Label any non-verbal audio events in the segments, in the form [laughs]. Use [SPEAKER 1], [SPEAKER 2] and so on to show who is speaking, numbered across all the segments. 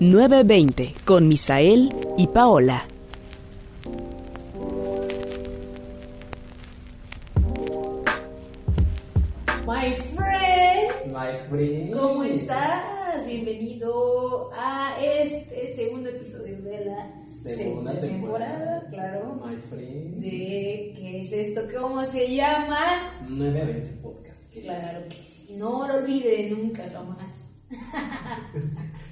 [SPEAKER 1] 9.20 con Misael y Paola.
[SPEAKER 2] My friend,
[SPEAKER 3] My friend.
[SPEAKER 2] ¿cómo estás? Bienvenido a este segundo episodio de la
[SPEAKER 3] Segunda temporada.
[SPEAKER 2] claro.
[SPEAKER 3] My friend.
[SPEAKER 2] De qué es esto, cómo se llama.
[SPEAKER 3] 9 a 20 podcast. queridos.
[SPEAKER 2] Claro que sí, no lo olvide nunca jamás.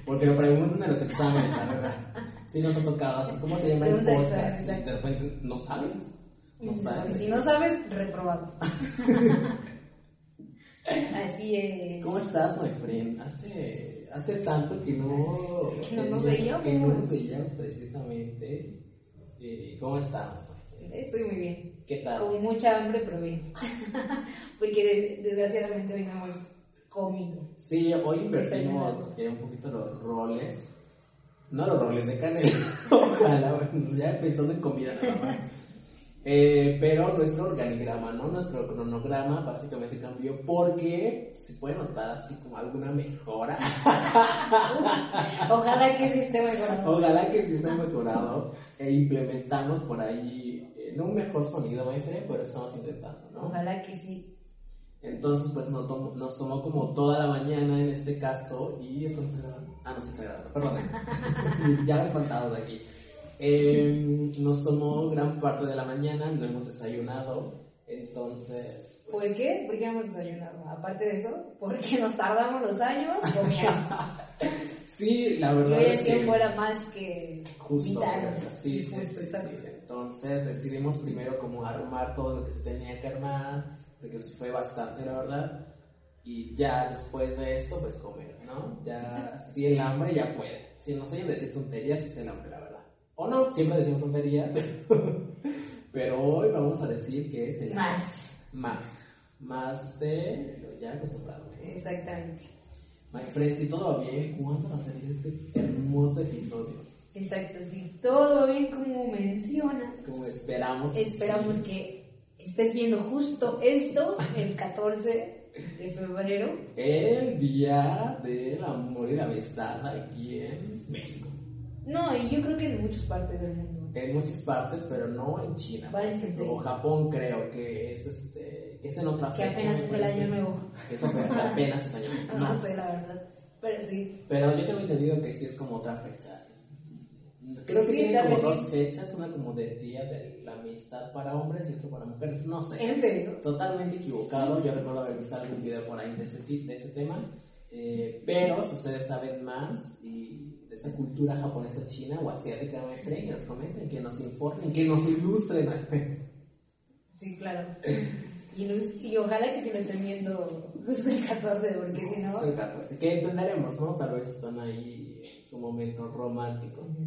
[SPEAKER 3] Porque lo preguntan en los exámenes, la verdad. Sí nos ha tocado así. ¿Cómo se llama el
[SPEAKER 2] Pregunta
[SPEAKER 3] podcast?
[SPEAKER 2] examen,
[SPEAKER 3] Y de repente, ¿no sabes? No
[SPEAKER 2] Porque
[SPEAKER 3] sabes.
[SPEAKER 2] si no sabes,
[SPEAKER 3] [laughs]
[SPEAKER 2] reprobado. Así es.
[SPEAKER 3] ¿Cómo estás, my friend? Hace, hace tanto que no,
[SPEAKER 2] Que no nos veíamos.
[SPEAKER 3] Que no nos veíamos precisamente. Eh, ¿Cómo estamos? my friend?
[SPEAKER 2] Estoy muy bien.
[SPEAKER 3] ¿Qué tal?
[SPEAKER 2] Con mucha hambre, pero bien. [laughs] Porque de- desgraciadamente vengamos comido.
[SPEAKER 3] Sí, hoy invertimos eh, un poquito los roles. No los roles de canela. [laughs] Ojalá, bueno, ya pensando en comida nada más. Eh, pero nuestro organigrama, ¿no? Nuestro cronograma básicamente cambió porque se puede notar así como alguna mejora.
[SPEAKER 2] Ojalá que sí esté mejorado.
[SPEAKER 3] Ojalá que sí se ha mejorado e implementamos por ahí, eh, no un mejor sonido, my friend, pero estamos intentando, ¿no?
[SPEAKER 2] Ojalá que sí.
[SPEAKER 3] Entonces, pues nos tomó, nos tomó como toda la mañana en este caso y estamos grabando. Ah, no se está grabando, perdón. ya espantado de aquí. Eh, nos tomó gran parte de la mañana, no hemos desayunado. Entonces,
[SPEAKER 2] ¿Por qué? Porque ya hemos desayunado. Aparte de eso, porque nos tardamos los años
[SPEAKER 3] [laughs]
[SPEAKER 2] comiendo.
[SPEAKER 3] sí, la
[SPEAKER 2] y
[SPEAKER 3] verdad
[SPEAKER 2] hoy
[SPEAKER 3] es
[SPEAKER 2] el
[SPEAKER 3] que
[SPEAKER 2] tiempo era más que
[SPEAKER 3] justo,
[SPEAKER 2] vital.
[SPEAKER 3] sí, sí,
[SPEAKER 2] Justo,
[SPEAKER 3] sí, sí.
[SPEAKER 2] exacto.
[SPEAKER 3] Entonces decidimos primero como armar todo lo que se tenía que armar, porque fue bastante, la verdad. Y ya después de esto, pues comer, ¿no?
[SPEAKER 2] [laughs]
[SPEAKER 3] Ya, si el hambre ya puede. Si no sé decir tonterías, es el hambre, la verdad. O no, siempre decimos tonterías, [laughs] pero hoy vamos a decir que es el hambre.
[SPEAKER 2] Más.
[SPEAKER 3] Más. Más de lo ya acostumbrado, ¿eh?
[SPEAKER 2] Exactamente.
[SPEAKER 3] My friends, si todo va bien, ¿cuándo va a salir este hermoso episodio?
[SPEAKER 2] Exacto. Si todo va bien como mencionas,
[SPEAKER 3] Como esperamos. que
[SPEAKER 2] esperamos
[SPEAKER 3] sí.
[SPEAKER 2] que estés viendo justo esto el 14 de febrero.
[SPEAKER 3] El Día del Amor y la Amistad aquí en México.
[SPEAKER 2] No, y yo creo que en muchas partes del mundo.
[SPEAKER 3] En muchas partes, pero no en China. por
[SPEAKER 2] Parece
[SPEAKER 3] ejemplo,
[SPEAKER 2] sí.
[SPEAKER 3] O Japón creo que es este que es en otra
[SPEAKER 2] Que
[SPEAKER 3] fecha.
[SPEAKER 2] apenas
[SPEAKER 3] me
[SPEAKER 2] es el
[SPEAKER 3] parece.
[SPEAKER 2] año nuevo.
[SPEAKER 3] Eso apenas es año nuevo.
[SPEAKER 2] No,
[SPEAKER 3] No.
[SPEAKER 2] sé, la verdad. Pero sí.
[SPEAKER 3] Pero yo tengo entendido que sí es como otra fecha. Creo que
[SPEAKER 2] Sí,
[SPEAKER 3] tienen
[SPEAKER 2] tal
[SPEAKER 3] como
[SPEAKER 2] vez
[SPEAKER 3] dos
[SPEAKER 2] sí.
[SPEAKER 3] fechas, una como de Día de la Amistad para hombres y otro para mujeres. No sé.
[SPEAKER 2] En serio.
[SPEAKER 3] totalmente equivocado. Yo recuerdo haber visto algún video por ahí de ese, ti- de ese tema. Eh, pero si ustedes saben más y de esa cultura japonesa, china o asiática, me creen, que nos comenten, que nos informen, que
[SPEAKER 2] [laughs]
[SPEAKER 3] nos ilustren.
[SPEAKER 2] Sí, claro. Y, no- y ojalá que si lo estén viendo justo el 14, porque si no.
[SPEAKER 3] [laughs] Soy gato, así que entenderemos, ¿no? Tal vez están ahí en su momento romántico.
[SPEAKER 2] [laughs]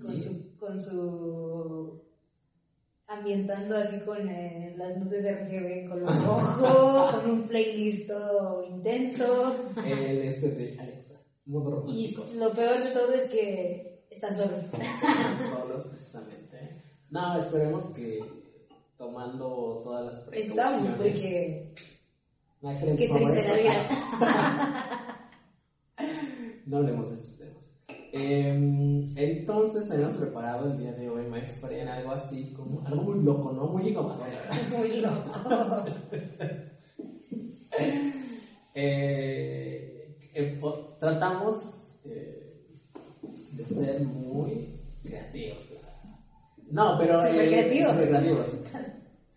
[SPEAKER 2] Con
[SPEAKER 3] Y-
[SPEAKER 2] su, con su. ambientando así con eh, las luces RGB color rojo, con un playlist todo intenso.
[SPEAKER 3] El este de Alexa, modo
[SPEAKER 2] Y
[SPEAKER 3] romántico.
[SPEAKER 2] lo peor de todo es que están solos.
[SPEAKER 3] solos precisamente. No, esperemos que tomando todas las precauciones.
[SPEAKER 2] Estamos, porque.
[SPEAKER 3] My friend,
[SPEAKER 2] Qué
[SPEAKER 3] por favor,
[SPEAKER 2] triste
[SPEAKER 3] [laughs] eso-
[SPEAKER 2] Navidad.
[SPEAKER 3] No hablemos de esos temas. Em, entonces tenemos preparado el día de hoy, my friend, algo así como algo muy loco, ¿no? Muy innovador, la verdad.
[SPEAKER 2] Muy loco.
[SPEAKER 3] Eh, eh, po- tratamos eh, de ser muy creativos. la verdad. No, pero.
[SPEAKER 2] Súper
[SPEAKER 3] eh,
[SPEAKER 2] creativos.
[SPEAKER 3] súper creativos.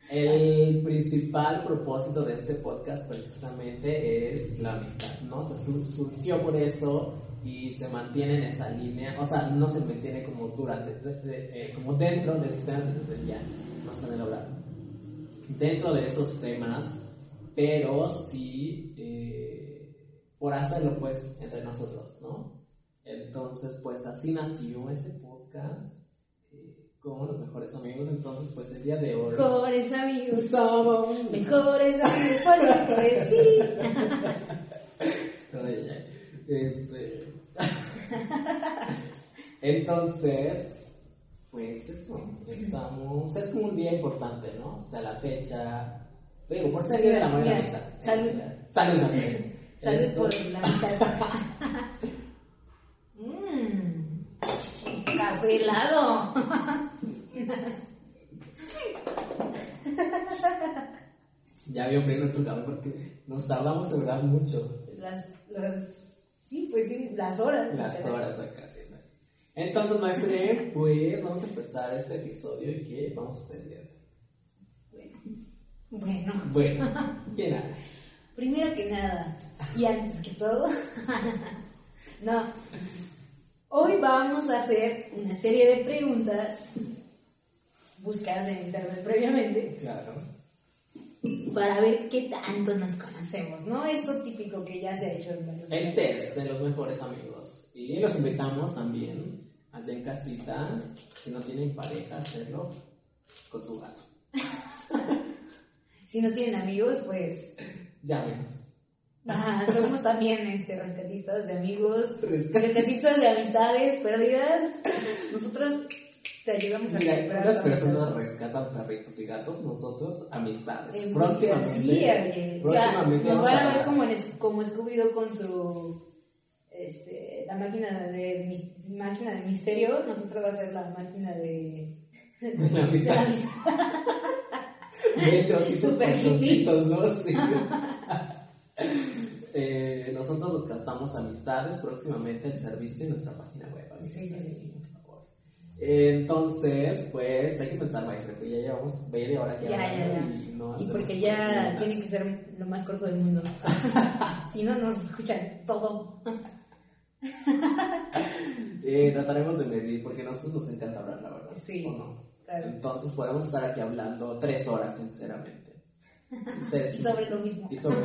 [SPEAKER 3] El principal propósito de este podcast precisamente es la amistad, ¿no? O sea, sur- surgió por eso y se mantiene en esa línea, o sea, no se mantiene como durante, de- de- eh, como dentro de ese ya, no se me dobla. Dentro de esos temas, pero sí eh, por hacerlo pues entre nosotros, ¿no? Entonces, pues así nació ese podcast eh, con los mejores amigos, entonces pues el día de hoy...
[SPEAKER 2] Mejores amigos.
[SPEAKER 3] Somos
[SPEAKER 2] Mejores amigos por siempre, sí.
[SPEAKER 3] Ay, ay, Este. [laughs] Entonces, pues eso. Estamos. Es como un día importante, ¿no? O sea, la fecha. Digo, por ser día de la amor y la
[SPEAKER 2] Mira,
[SPEAKER 3] amistad.
[SPEAKER 2] salud.
[SPEAKER 3] Salud. Salud. Andrea.
[SPEAKER 2] Salud
[SPEAKER 3] Esto- [laughs]
[SPEAKER 2] por la amistad. Mm. café helado.
[SPEAKER 3] Ya vio frío nuestro café porque nos tardamos en verdad mucho.
[SPEAKER 2] Las, las, sí, pues sí, las horas.
[SPEAKER 3] Las horas acá, sí. las- Entonces, my friend, pues vamos a empezar este episodio y qué vamos a hacer el día de hoy?
[SPEAKER 2] Bueno,
[SPEAKER 3] Bueno, [laughs] que nada.
[SPEAKER 2] primero que nada, y antes que todo, [laughs] no, hoy vamos a hacer una serie de preguntas buscadas en internet previamente
[SPEAKER 3] Claro.
[SPEAKER 2] para ver qué tanto nos conocemos, ¿no? Esto típico que ya se ha hecho en varios
[SPEAKER 3] El test de los mejores amigos. Y los invitamos también allá en casita, si no tienen pareja, hacerlo con su gato.
[SPEAKER 2] Si no tienen amigos, pues
[SPEAKER 3] Llámenos.
[SPEAKER 2] ah, somos también este, rescatistas de amigos,
[SPEAKER 3] Rescat-
[SPEAKER 2] rescatistas de amistades perdidas. Nosotros te ayudamos a
[SPEAKER 3] Mira,
[SPEAKER 2] recuperar
[SPEAKER 3] las
[SPEAKER 2] tu
[SPEAKER 3] personas
[SPEAKER 2] amistad.
[SPEAKER 3] rescatan perritos y gatos, nosotros amistades.
[SPEAKER 2] En
[SPEAKER 3] próximamente.
[SPEAKER 2] Sí, oye,
[SPEAKER 3] próximamente
[SPEAKER 2] ya, nos
[SPEAKER 3] vamos
[SPEAKER 2] van a ver
[SPEAKER 3] hablar.
[SPEAKER 2] como, en es- como Scooby-Doo con su... Este, la máquina de, mis- máquina de misterio, nosotros va a ser la máquina de...
[SPEAKER 3] [laughs] La
[SPEAKER 2] de la
[SPEAKER 3] amistad.
[SPEAKER 2] amistad.
[SPEAKER 3] Vete, así
[SPEAKER 2] [laughs]
[SPEAKER 3] sus
[SPEAKER 2] Super hippie.
[SPEAKER 3] colchoncitos, ¿no?
[SPEAKER 2] [laughs]
[SPEAKER 3] Sí. [laughs] Eh, nosotros los gastamos amistades, próximamente el servicio y nuestra página web. amigos,
[SPEAKER 2] Sí, sí,
[SPEAKER 3] ahí, por favor. Entonces, pues hay que pensar, my friend, que ya llevamos media hora que
[SPEAKER 2] Ya, ya,
[SPEAKER 3] hablando
[SPEAKER 2] ya.
[SPEAKER 3] y no
[SPEAKER 2] Y
[SPEAKER 3] hacemos
[SPEAKER 2] porque ya
[SPEAKER 3] preguntas.
[SPEAKER 2] tiene que ser lo más corto del
[SPEAKER 3] [laughs]
[SPEAKER 2] mundo. si no, nos escuchan todo.
[SPEAKER 3] Eh, trataremos de medir, porque a nosotros nos encanta hablar, la verdad.
[SPEAKER 2] Sí,
[SPEAKER 3] ¿o no?
[SPEAKER 2] claro.
[SPEAKER 3] Entonces podemos estar aquí hablando tres horas, sinceramente.
[SPEAKER 2] [laughs]
[SPEAKER 3] Ustedes-
[SPEAKER 2] Y sobre lo mismo. [laughs]
[SPEAKER 3] y sobre-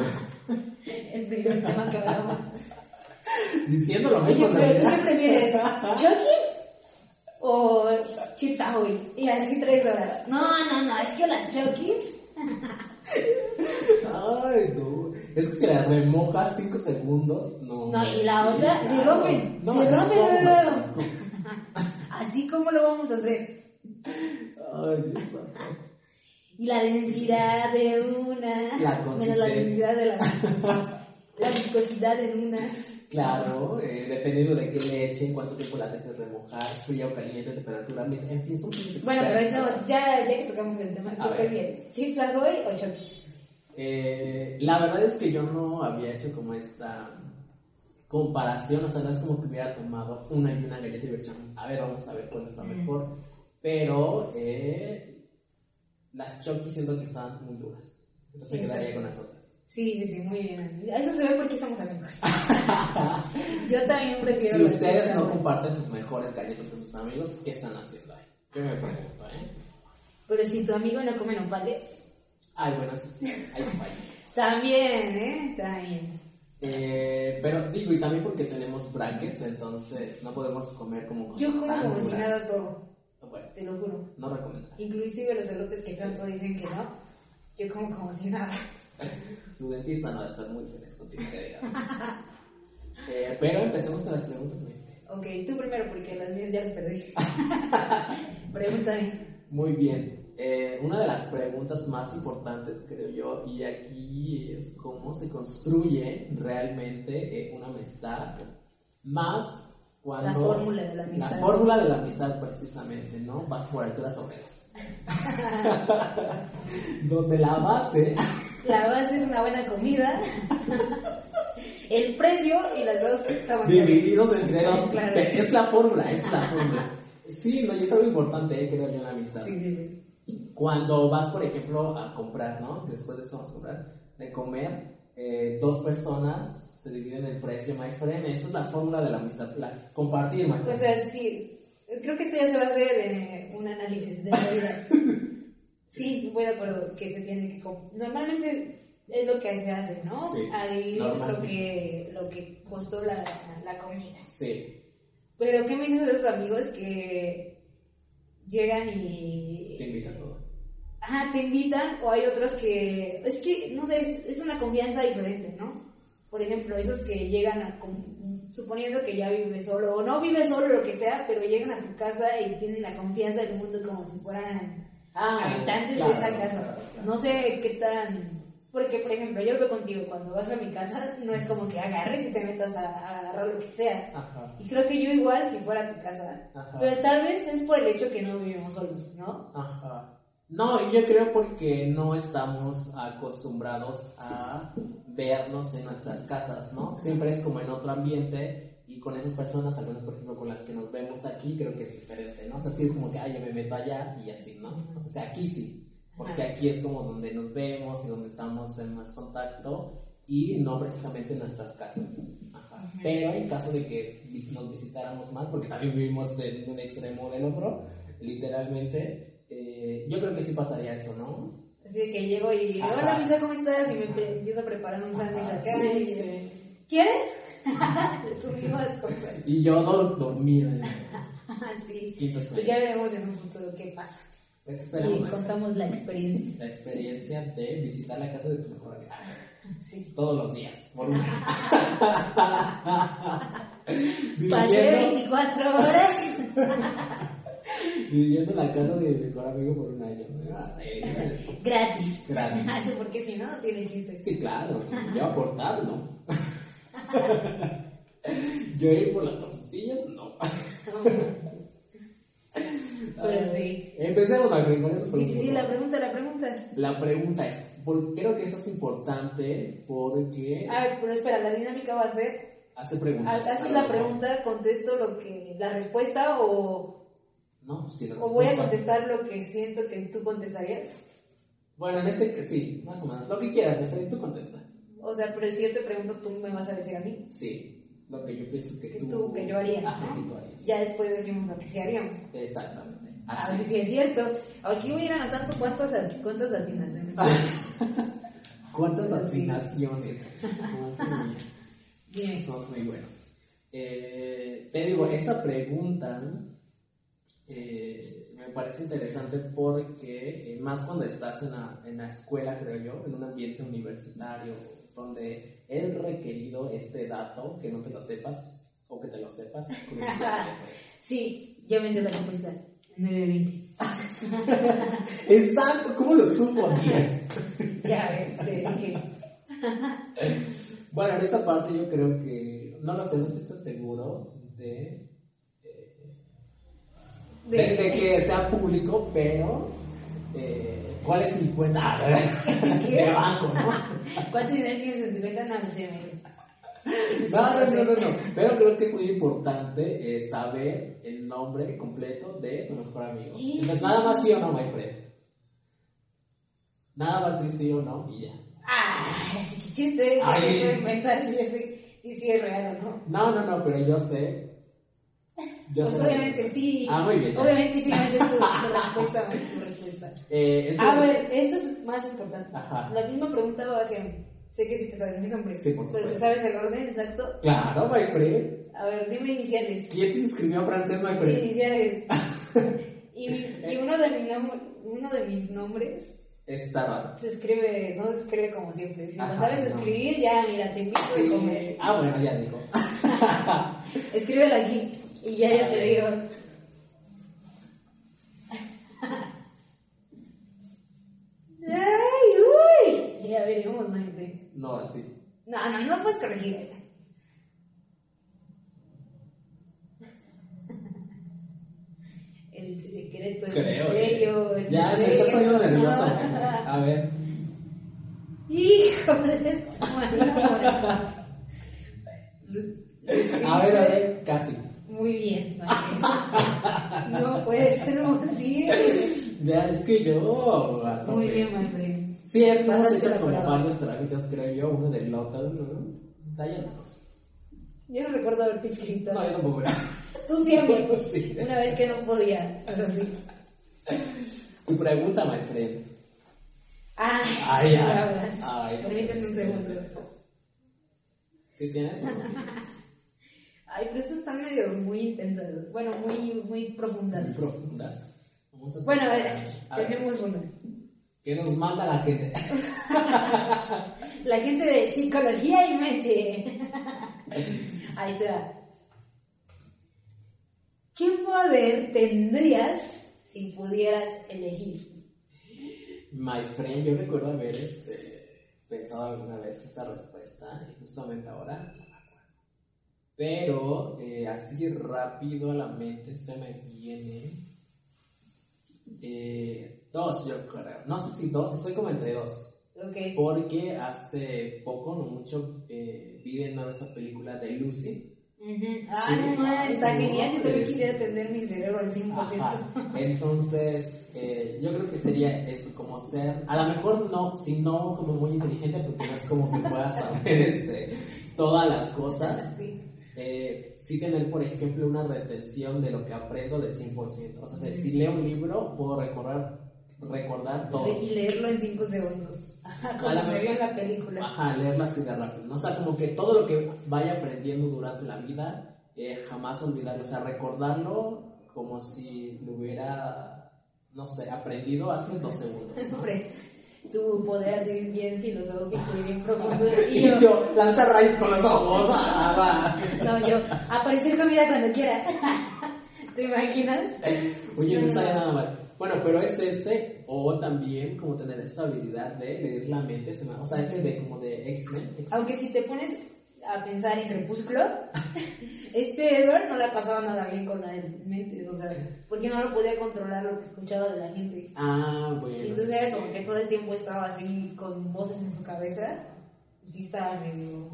[SPEAKER 2] El primer tema que
[SPEAKER 3] [laughs]
[SPEAKER 2] hablamos.
[SPEAKER 3] Diciendo lo mismo.
[SPEAKER 2] Oye,
[SPEAKER 3] en
[SPEAKER 2] pero ¿tú
[SPEAKER 3] realidad.
[SPEAKER 2] qué
[SPEAKER 3] [laughs]
[SPEAKER 2] prefieres? ¿Chokis o Chips Ahoy? Y así tres horas. No, no, no, es que las Chokis.
[SPEAKER 3] Ay, no. Es que si la remojas 5 segundos, no.
[SPEAKER 2] No, y la otra, se rompen, se
[SPEAKER 3] es
[SPEAKER 2] rompen
[SPEAKER 3] como-
[SPEAKER 2] luego, Así como lo vamos a hacer.
[SPEAKER 3] Ay, Dios santo.
[SPEAKER 2] Y la densidad de una. menos
[SPEAKER 3] La
[SPEAKER 2] la
[SPEAKER 3] consistencia.
[SPEAKER 2] densidad
[SPEAKER 3] [laughs]
[SPEAKER 2] de la. La viscosidad en una.
[SPEAKER 3] Claro, eh, dependiendo de qué le echen, cuánto tiempo la dejes remojar, fría o caliente, temperatura, ambiente, en fin, son pinches
[SPEAKER 2] Bueno, pero es
[SPEAKER 3] expertos.
[SPEAKER 2] no, ya, ya que tocamos el tema,
[SPEAKER 3] A
[SPEAKER 2] ¿qué
[SPEAKER 3] ver.
[SPEAKER 2] prefieres? ¿Chips Ahoy o Chokis?
[SPEAKER 3] Eh, la verdad es que yo no había hecho como esta comparación, o sea, no es como que hubiera tomado una y una galleta y hubiera dicho, a ver, vamos a ver cuál es la mejor, pero eh, las Chucky siento que estaban muy duras, entonces me quedaría
[SPEAKER 2] Exacto.
[SPEAKER 3] con las otras.
[SPEAKER 2] Sí, sí, sí, muy bien. amiga. Eso se ve porque somos
[SPEAKER 3] [laughs]
[SPEAKER 2] amigos. Yo también prefiero.
[SPEAKER 3] Si
[SPEAKER 2] las
[SPEAKER 3] ustedes
[SPEAKER 2] Chips
[SPEAKER 3] no
[SPEAKER 2] Ahoy.
[SPEAKER 3] comparten sus mejores galletas con sus amigos, ¿qué están haciendo ahí? Yo me pregunto, ¿eh?
[SPEAKER 2] Pero si tu amigo no come nopales,
[SPEAKER 3] Ay, bueno, eso sí, ahí falla.
[SPEAKER 2] también, ¿eh? También.
[SPEAKER 3] Eh, pero digo, y también porque tenemos brackets, entonces no podemos comer como con
[SPEAKER 2] Yo como como si
[SPEAKER 3] estángulas.
[SPEAKER 2] nada todo,
[SPEAKER 3] Bueno,
[SPEAKER 2] te lo juro.
[SPEAKER 3] no recomendable.
[SPEAKER 2] Inclusive los elotes que tanto dicen que no, yo como como si nada.
[SPEAKER 3] Tu dentista no va a estar muy feliz contigo, que digamos. [laughs] Eh, pero empecemos con las preguntas. mi gente.
[SPEAKER 2] Ok, tú primero porque las mías ya las perdí. [laughs] Pregúntame.
[SPEAKER 3] Muy bien. Eh, una de las preguntas más importantes, creo yo, y aquí es cómo se construye realmente eh, una amistad. Más cuando.
[SPEAKER 2] La fórmula de la amistad.
[SPEAKER 3] La fórmula de la amistad, precisamente, ¿no? Vas por
[SPEAKER 2] [laughs]
[SPEAKER 3] alturas obreras. [laughs] Donde la base.
[SPEAKER 2] La base es una buena comida, [laughs] el precio y las dos tabacas.
[SPEAKER 3] divididos entre dos.
[SPEAKER 2] Claro.
[SPEAKER 3] [laughs] Es la fórmula, es la fórmula. Sí, no, y es algo importante, eh, creo yo, en la amistad.
[SPEAKER 2] Sí, sí, sí.
[SPEAKER 3] Cuando vas, por ejemplo, a comprar, ¿no? Que Después de eso vamos a comprar, de comer, eh, dos personas se dividen el precio, my friend. Esa es la fórmula de la amistad, la compartir, my
[SPEAKER 2] O
[SPEAKER 3] friend.
[SPEAKER 2] sea, sí, creo que esto ya se va a hacer eh, un análisis de la
[SPEAKER 3] [laughs]
[SPEAKER 2] vida. Sí, voy de acuerdo que se tiene que... com- Normalmente es lo que se hace, ¿no?
[SPEAKER 3] Sí,
[SPEAKER 2] Ahí lo
[SPEAKER 3] normalmente.
[SPEAKER 2] que, lo que costó la, la comida.
[SPEAKER 3] Sí,
[SPEAKER 2] Pero ¿qué me dices de esos amigos que llegan y...
[SPEAKER 3] te invita a todo.
[SPEAKER 2] Ajá, te invitan o hay otros que... Es que, no sé, es, es una confianza diferente, ¿no? Por ejemplo, esos que llegan a... com- Suponiendo que ya vive solo o no vive solo, lo que sea, pero llegan a tu casa y tienen la confianza del mundo como si fueran habitantes
[SPEAKER 3] Ah,
[SPEAKER 2] de
[SPEAKER 3] claro,
[SPEAKER 2] esa casa.
[SPEAKER 3] claro, claro.
[SPEAKER 2] No sé qué tan Porque, por ejemplo, yo veo contigo, cuando vas a mi casa, no es como que agarres y te metas a, a agarrar lo que sea.
[SPEAKER 3] Ajá.
[SPEAKER 2] Y creo que yo igual si fuera a tu casa.
[SPEAKER 3] Ajá.
[SPEAKER 2] Pero tal vez es por el hecho que no vivimos solos, ¿no?
[SPEAKER 3] Ajá. No, y yo creo porque no estamos acostumbrados a vernos en nuestras casas, ¿no? Siempre es como en otro ambiente y con esas personas, al menos por ejemplo con las que nos vemos aquí, creo que es diferente, ¿no? O sea, sí es como que, ay, yo me meto allá y así, ¿no? O sea, aquí sí, porque aquí es como donde nos vemos y donde estamos en más contacto y no precisamente en nuestras casas. Ajá. Pero en caso de que vis- nos visitáramos más, porque también vivimos en un extremo del otro, literalmente, eh, yo creo que sí pasaría eso, ¿no?
[SPEAKER 2] Así que llego y,
[SPEAKER 3] Ajá.
[SPEAKER 2] hola, Misa, ¿cómo estás? Y me pre- empiezo a preparar un sándwich
[SPEAKER 3] Ajá,
[SPEAKER 2] acá.
[SPEAKER 3] sí,
[SPEAKER 2] y-
[SPEAKER 3] sí.
[SPEAKER 2] ¿Quieres? [laughs] Tus mismas cosas.
[SPEAKER 3] Y yo do- dormía. en el
[SPEAKER 2] sí.
[SPEAKER 3] Quinto
[SPEAKER 2] Pues
[SPEAKER 3] sueño. Pues
[SPEAKER 2] ya veremos en un futuro qué pasa.
[SPEAKER 3] Eso
[SPEAKER 2] Y
[SPEAKER 3] esperamos.
[SPEAKER 2] contamos la experiencia.
[SPEAKER 3] La experiencia de visitar la casa de tu mejor amiga.
[SPEAKER 2] Sí.
[SPEAKER 3] Todos los días,
[SPEAKER 2] [laughs]
[SPEAKER 3] por una.
[SPEAKER 2] Pasé
[SPEAKER 3] Viviendo-
[SPEAKER 2] 24 horas.
[SPEAKER 3] Viviendo en la casa de mi mejor amigo por un año. Ah, eh,
[SPEAKER 2] Gratis.
[SPEAKER 3] Gratis.
[SPEAKER 2] Porque si no, no tiene chistes. [laughs]
[SPEAKER 3] Sí, claro, yo aportarlo. [laughs] Yo ir por las tortillas, no.
[SPEAKER 2] Pero sí.
[SPEAKER 3] Empecemos Alfred, con esas
[SPEAKER 2] Sí, sí,
[SPEAKER 3] preguntas.
[SPEAKER 2] sí, la pregunta, la pregunta.
[SPEAKER 3] La pregunta es, por- creo que esto es importante porque
[SPEAKER 2] A ver, pero espera, la dinámica va a ser,
[SPEAKER 3] hace preguntas.
[SPEAKER 2] Ah, haces
[SPEAKER 3] Claro,
[SPEAKER 2] la
[SPEAKER 3] ¿no?
[SPEAKER 2] pregunta, contesto lo que, la respuesta o,
[SPEAKER 3] No, pues, sí, la
[SPEAKER 2] o voy a
[SPEAKER 3] respuesta.
[SPEAKER 2] contestar lo que siento que tú contestarías.
[SPEAKER 3] Bueno, en este que sí, más o menos. Lo que quieras, Alfred, tú contesta.
[SPEAKER 2] O sea, pero si yo te pregunto, tú me vas a decir a mí.
[SPEAKER 3] Sí, lo que yo pienso que
[SPEAKER 2] Que
[SPEAKER 3] tú...
[SPEAKER 2] tú, que yo haría,
[SPEAKER 3] Ajá,
[SPEAKER 2] ¿no?
[SPEAKER 3] que tú harías. Ah,
[SPEAKER 2] Ya después decimos lo que sí haríamos.
[SPEAKER 3] Exactamente.
[SPEAKER 2] A
[SPEAKER 3] Así.
[SPEAKER 2] ver si es cierto. Aquí voy a ir anotando cuántas, al- cuántas latinas. ¿eh?
[SPEAKER 3] Ah. ¿Cuántas
[SPEAKER 2] Sí.
[SPEAKER 3] asignaciones? Madre mía.
[SPEAKER 2] Bien.
[SPEAKER 3] Somos muy buenos. Eh, te digo, esta pregunta eh, me parece interesante porque eh, más cuando estás en la, en la escuela, creo yo, en un ambiente universitario, donde es requerido este dato, que no te lo sepas, o que te lo sepas, curiosidad.
[SPEAKER 2] Sí, ya me sé la respuesta. 9.20.
[SPEAKER 3] Exacto, ¿cómo lo supo? Diez.
[SPEAKER 2] Ya ves, te dije.
[SPEAKER 3] Bueno, en esta parte yo creo que no lo sé, no estoy tan seguro de, de, de que sea público, pero eh, ¿cuál es mi cuenta [laughs] Ah,
[SPEAKER 2] ¿Qué?
[SPEAKER 3] de banco,
[SPEAKER 2] [laughs]
[SPEAKER 3] no?
[SPEAKER 2] ¿Cuánto dinero tienes en tu cuenta? No, sé,
[SPEAKER 3] No, no, no, no, no. Pero creo que es muy importante eh, saber el nombre completo de tu mejor amigo.
[SPEAKER 2] Y-
[SPEAKER 3] Entonces, nada más sí o no, my friend. Nada más di sí o no y ya.
[SPEAKER 2] Ay, Ah, sí, qué chiste. Ya
[SPEAKER 3] Ay.
[SPEAKER 2] me estoy en cuenta si, si, si, sí es real o no.
[SPEAKER 3] No, no, no, pero yo sé. Yo
[SPEAKER 2] Pues
[SPEAKER 3] sé.
[SPEAKER 2] obviamente sí.
[SPEAKER 3] Ah, muy bien.
[SPEAKER 2] Obviamente sí, me haces tu, tu respuesta. Tu respuesta.
[SPEAKER 3] Eh, es
[SPEAKER 2] A
[SPEAKER 3] el-
[SPEAKER 2] ver, esto es más importante.
[SPEAKER 3] Ajá.
[SPEAKER 2] La misma pregunta va hacia mí. Sé que sí te sabes mi nombre.
[SPEAKER 3] Sí, por
[SPEAKER 2] pero te
[SPEAKER 3] supuesto.
[SPEAKER 2] sabes el orden exacto.
[SPEAKER 3] Claro, my friend.
[SPEAKER 2] A ver, dime iniciales.
[SPEAKER 3] ¿Quién te inscribió a francés, my friend? [laughs]
[SPEAKER 2] Iniciales. y, mi- y uno, de mi nom- uno de mis nombres
[SPEAKER 3] Estaba.
[SPEAKER 2] se escribe, no se escribe como siempre. Si
[SPEAKER 3] Ajá,
[SPEAKER 2] lo sabes
[SPEAKER 3] no.
[SPEAKER 2] escribir, ya mira, te invito a comer.
[SPEAKER 3] Ah, bueno, ya dijo.
[SPEAKER 2] Escríbelo aquí y ya yo
[SPEAKER 3] A
[SPEAKER 2] te
[SPEAKER 3] ver.
[SPEAKER 2] digo. ¡Ay, uy! Ya veremos, Maite.
[SPEAKER 3] No, así.
[SPEAKER 2] No, no, no puedes corregir. El secreto, el misterio, el
[SPEAKER 3] eh. Ya, se me está
[SPEAKER 2] misterio.
[SPEAKER 3] poniendo nervioso.
[SPEAKER 2] No.
[SPEAKER 3] A ver.
[SPEAKER 2] [laughs] Hijo de tu madre.
[SPEAKER 3] A ver, a ver, casi.
[SPEAKER 2] Muy bien, Manuel. No puede ser posible.
[SPEAKER 3] Ya, es que yo. a tope.
[SPEAKER 2] Muy bien, Manfred.
[SPEAKER 3] Sí, es que hemos
[SPEAKER 2] Pasaste
[SPEAKER 3] hecho
[SPEAKER 2] la
[SPEAKER 3] como
[SPEAKER 2] prueba.
[SPEAKER 3] varios trámites, creo yo. Uno del Loto, ¿no? Está lleno.
[SPEAKER 2] Yo no recuerdo haberte escrito.
[SPEAKER 3] No, yo tampoco. [laughs] era.
[SPEAKER 2] Tú siempre.
[SPEAKER 3] [laughs] Sí.
[SPEAKER 2] Una vez que no podía, pero sí.
[SPEAKER 3] Tu pregunta, my friend.
[SPEAKER 2] Ay,
[SPEAKER 3] Ay,
[SPEAKER 2] sí,
[SPEAKER 3] ay.
[SPEAKER 2] hablas.
[SPEAKER 3] Ay, no
[SPEAKER 2] Permíteme
[SPEAKER 3] puede
[SPEAKER 2] un
[SPEAKER 3] ser.
[SPEAKER 2] segundo.
[SPEAKER 3] ¿Sí tienes? o no?
[SPEAKER 2] Ay, pero estas están medios muy intensas. Bueno, muy, muy profundas.
[SPEAKER 3] Profundas. Vamos a
[SPEAKER 2] Bueno, a ver,
[SPEAKER 3] A ver,
[SPEAKER 2] tenemos una.
[SPEAKER 3] ¿Qué nos manda la gente?
[SPEAKER 2] La gente de psicología y
[SPEAKER 3] [laughs]
[SPEAKER 2] mente. Ahí te va. ¿Qué poder tendrías si pudieras elegir?
[SPEAKER 3] My friend, yo recuerdo haber este, pensado alguna vez esta respuesta y justamente ahora no me acuerdo. Pero eh, así rápido a la mente se me vienen eh, dos, yo creo. No sé si dos, estoy como entre dos.
[SPEAKER 2] Ok.
[SPEAKER 3] Porque hace poco, no mucho, eh, vi de nuevo esa película de Lucy.
[SPEAKER 2] Ujú. Ah, no, no, está
[SPEAKER 3] No,
[SPEAKER 2] genial. Yo también
[SPEAKER 3] eh.
[SPEAKER 2] quisiera tener mi cerebro al 100%.
[SPEAKER 3] Ajá. [laughs] Entonces, eh, yo creo que sería eso, como ser, a lo mejor no, si no como muy inteligente, porque no es como que puedas saber [laughs] este, todas las cosas.
[SPEAKER 2] Sí.
[SPEAKER 3] Eh, sí tener, por ejemplo, una retención de lo que aprendo del 100%. O sea, si leo un libro, puedo recordar, recordar todo.
[SPEAKER 2] Y leerlo en 5 segundos. Ajá,
[SPEAKER 3] A
[SPEAKER 2] Como
[SPEAKER 3] la
[SPEAKER 2] se ve en la película.
[SPEAKER 3] Ajá, leerla así de rápido. pues, ¿no? O sea, como que todo lo que vaya aprendiendo durante la vida, eh, jamás olvidarlo. O sea, recordarlo como si lo hubiera, no sé, aprendido hace dos
[SPEAKER 2] [laughs]
[SPEAKER 3] segundos. ¿no?
[SPEAKER 2] Siempre. Tú podrías ser bien filosófico y bien profundo.
[SPEAKER 3] [laughs] Y yo, lanza raíz con los ojos. ah, va.
[SPEAKER 2] No, yo, aparecer comida cuando quiera. [laughs] ¿Te imaginas?
[SPEAKER 3] Oye,
[SPEAKER 2] No,
[SPEAKER 3] no
[SPEAKER 2] no,
[SPEAKER 3] estaría
[SPEAKER 2] no.
[SPEAKER 3] nada mal. Bueno, pero es ese, o también como tener esta habilidad de leer la mente. se me- O sea, ese de como de X-Men. X-
[SPEAKER 2] Aunque si te pones a pensar en Crepúsculo, [laughs] este Edward no la pasaba nada bien con las mentes, o sea, porque no lo podía controlar lo que escuchaba de la gente.
[SPEAKER 3] Ah, bueno.
[SPEAKER 2] Y entonces era
[SPEAKER 3] sí.
[SPEAKER 2] como que todo el tiempo estaba así con voces en su cabeza. Y sí estaba medio...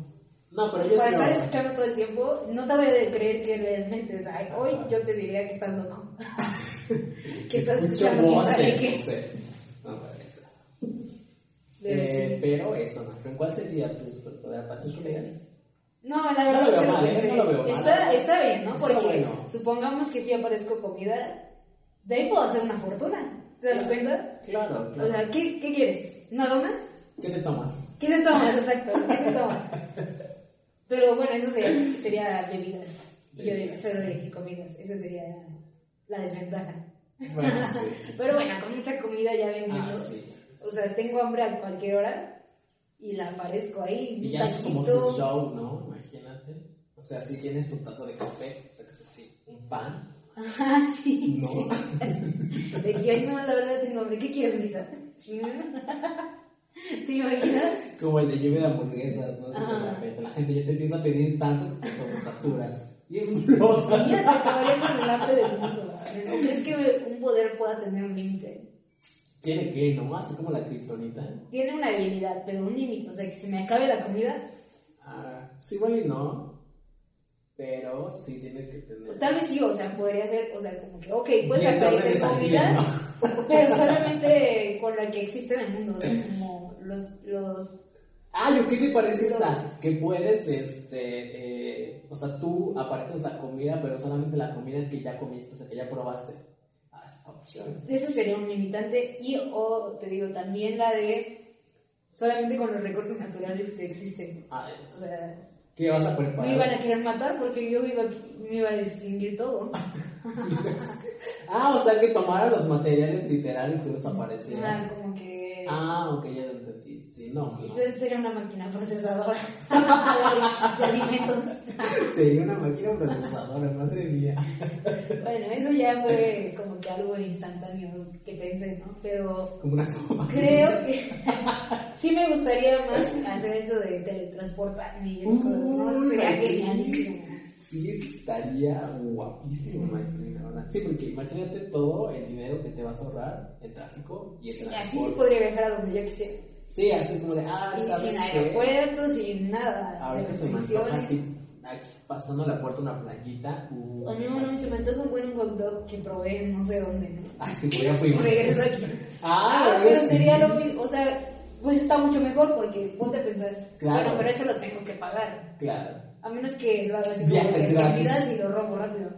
[SPEAKER 3] No, pero yo
[SPEAKER 2] Para
[SPEAKER 3] sí
[SPEAKER 2] estar
[SPEAKER 3] lo hago.
[SPEAKER 2] escuchando todo el tiempo, no te voy a creer que lees mentes. Ay, hoy yo te diría que estás
[SPEAKER 3] [laughs]
[SPEAKER 2] loco. que estás
[SPEAKER 3] Escucho
[SPEAKER 2] escuchando quién sabe
[SPEAKER 3] voces, Eh,
[SPEAKER 2] qué.
[SPEAKER 3] sí. No, pero eso.
[SPEAKER 2] Pero
[SPEAKER 3] Eh,
[SPEAKER 2] sí.
[SPEAKER 3] pero eso, Nafren, ¿cuál sería tu superpoder? ¿Pases legal?
[SPEAKER 2] No, la
[SPEAKER 3] No
[SPEAKER 2] verdad
[SPEAKER 3] lo
[SPEAKER 2] es
[SPEAKER 3] veo
[SPEAKER 2] que
[SPEAKER 3] mal, ¿eh?
[SPEAKER 2] pensé.
[SPEAKER 3] No lo veo mal.
[SPEAKER 2] está, está bien, ¿no?
[SPEAKER 3] Está
[SPEAKER 2] Porque
[SPEAKER 3] bueno.
[SPEAKER 2] supongamos que si aparezco comida, de ahí puedo hacer una fortuna. ¿Te das
[SPEAKER 3] Claro.
[SPEAKER 2] cuenta?
[SPEAKER 3] Claro,
[SPEAKER 2] O
[SPEAKER 3] claro.
[SPEAKER 2] sea, ¿qué, ¿qué quieres? ¿Una dona?
[SPEAKER 3] ¿Qué te tomas?
[SPEAKER 2] ¿Qué te tomas? Exacto, ¿qué te tomas? Pero bueno, eso sería, sería bebidas. Y yo
[SPEAKER 3] Bebidas.
[SPEAKER 2] solo elegí comidas. Esa sería la
[SPEAKER 3] [laughs]
[SPEAKER 2] desventaja. [laughs]
[SPEAKER 3] Bueno, sí.
[SPEAKER 2] Pero bueno, con mucha comida ya vendiendo.
[SPEAKER 3] Ah, sí.
[SPEAKER 2] O sea, tengo hambre a cualquier hora y la aparezco ahí.
[SPEAKER 3] Y
[SPEAKER 2] un
[SPEAKER 3] ya es como
[SPEAKER 2] taquito.
[SPEAKER 3] tu show, ¿no? Imagínate. O sea, si tienes tu taza de café, sacas así un pan.
[SPEAKER 2] Ajá, sí.
[SPEAKER 3] No.
[SPEAKER 2] sí. De que, ay, no, la verdad tengo hambre. ¿Qué quieres, [laughs] Lisa? ¿Te imaginas?
[SPEAKER 3] Como el de lluvia de hamburguesas, ¿no? Se te
[SPEAKER 2] Ah.
[SPEAKER 3] repete. La gente ya te empieza a pedir tanto que te saturas Y es un loco.
[SPEAKER 2] Ella te acabaría con el hambre del mundo. ¿no? ¿Crees que un poder pueda tener un límite?
[SPEAKER 3] [laughs] Tiene que, ¿no? Así como la criptonita.
[SPEAKER 2] Tiene una habilidad, pero un límite. O sea, que se me acabe la comida.
[SPEAKER 3] Ah, sí, igual y no. Pero sí tiene que tener.
[SPEAKER 2] o Tal pues, vez sí, o sea, podría ser, o sea, como que, ok, puedes
[SPEAKER 3] Diez
[SPEAKER 2] aparecer
[SPEAKER 3] dólares al
[SPEAKER 2] comida,
[SPEAKER 3] día,
[SPEAKER 2] [laughs] pero solamente con la que existe en el mundo. O sea, como los, los
[SPEAKER 3] Ah, ¿yo qué te parece esta? Que puedes, este, eh, o sea, tú apartas la comida, pero solamente la comida que ya comiste, o sea, que ya probaste. Ah, esa opción.
[SPEAKER 2] Eso sería un limitante y o te digo también la de solamente con los recursos naturales que existen.
[SPEAKER 3] Ah,
[SPEAKER 2] O
[SPEAKER 3] es-
[SPEAKER 2] sea,
[SPEAKER 3] ¿Qué vas a
[SPEAKER 2] me iban
[SPEAKER 3] preparar?
[SPEAKER 2] a querer matar porque yo iba, me iba a distinguir todo.
[SPEAKER 3] Ah, o sea, que tomara los materiales literal y tú los aparecieras.
[SPEAKER 2] Ajá, como que...
[SPEAKER 3] Ah, ok, ya lo entendí. Sí, no, no.
[SPEAKER 2] Entonces sería una máquina procesadora [laughs] de, de alimentos.
[SPEAKER 3] Sería una máquina procesadora, madre mía.
[SPEAKER 2] Bueno, eso ya fue como que algo instantáneo que pensé, ¿no? Pero
[SPEAKER 3] Como una sopa.
[SPEAKER 2] creo que [laughs] sí me gustaría más hacer eso de teletransportarme y esas cosas, ¿no?
[SPEAKER 3] Uy,
[SPEAKER 2] Sería
[SPEAKER 3] aquí.
[SPEAKER 2] genialísimo.
[SPEAKER 3] Sí, estaría guapísimo, imagínate, la verdad. Sí, porque imagínate todo el dinero que te vas a ahorrar en tráfico y en
[SPEAKER 2] Sí, así sí
[SPEAKER 3] transporte.
[SPEAKER 2] podría viajar a donde yo quisiera.
[SPEAKER 3] Sí, así como de, ah,
[SPEAKER 2] Y
[SPEAKER 3] ¿sabes
[SPEAKER 2] sin
[SPEAKER 3] qué?
[SPEAKER 2] aeropuertos, sin nada.
[SPEAKER 3] Ahorita se me
[SPEAKER 2] restricciones.
[SPEAKER 3] antoja así, aquí, pasando la puerta una playita. Uh,
[SPEAKER 2] O no, no, se me antoja un buen hot dog que probé en no sé dónde, ¿no?
[SPEAKER 3] Ah, sí, pues ya fuimos.
[SPEAKER 2] Regreso aquí.
[SPEAKER 3] Ah,
[SPEAKER 2] pero
[SPEAKER 3] sí.
[SPEAKER 2] sería lo mismo. O sea, pues está mucho mejor porque ponte a pensar.
[SPEAKER 3] Claro.
[SPEAKER 2] Bueno, pero eso lo tengo que pagar.
[SPEAKER 3] Claro.
[SPEAKER 2] A menos que lo haga así como
[SPEAKER 3] Viajes
[SPEAKER 2] que
[SPEAKER 3] gratis.
[SPEAKER 2] escondidas y lo robo
[SPEAKER 3] [laughs]
[SPEAKER 2] rápido.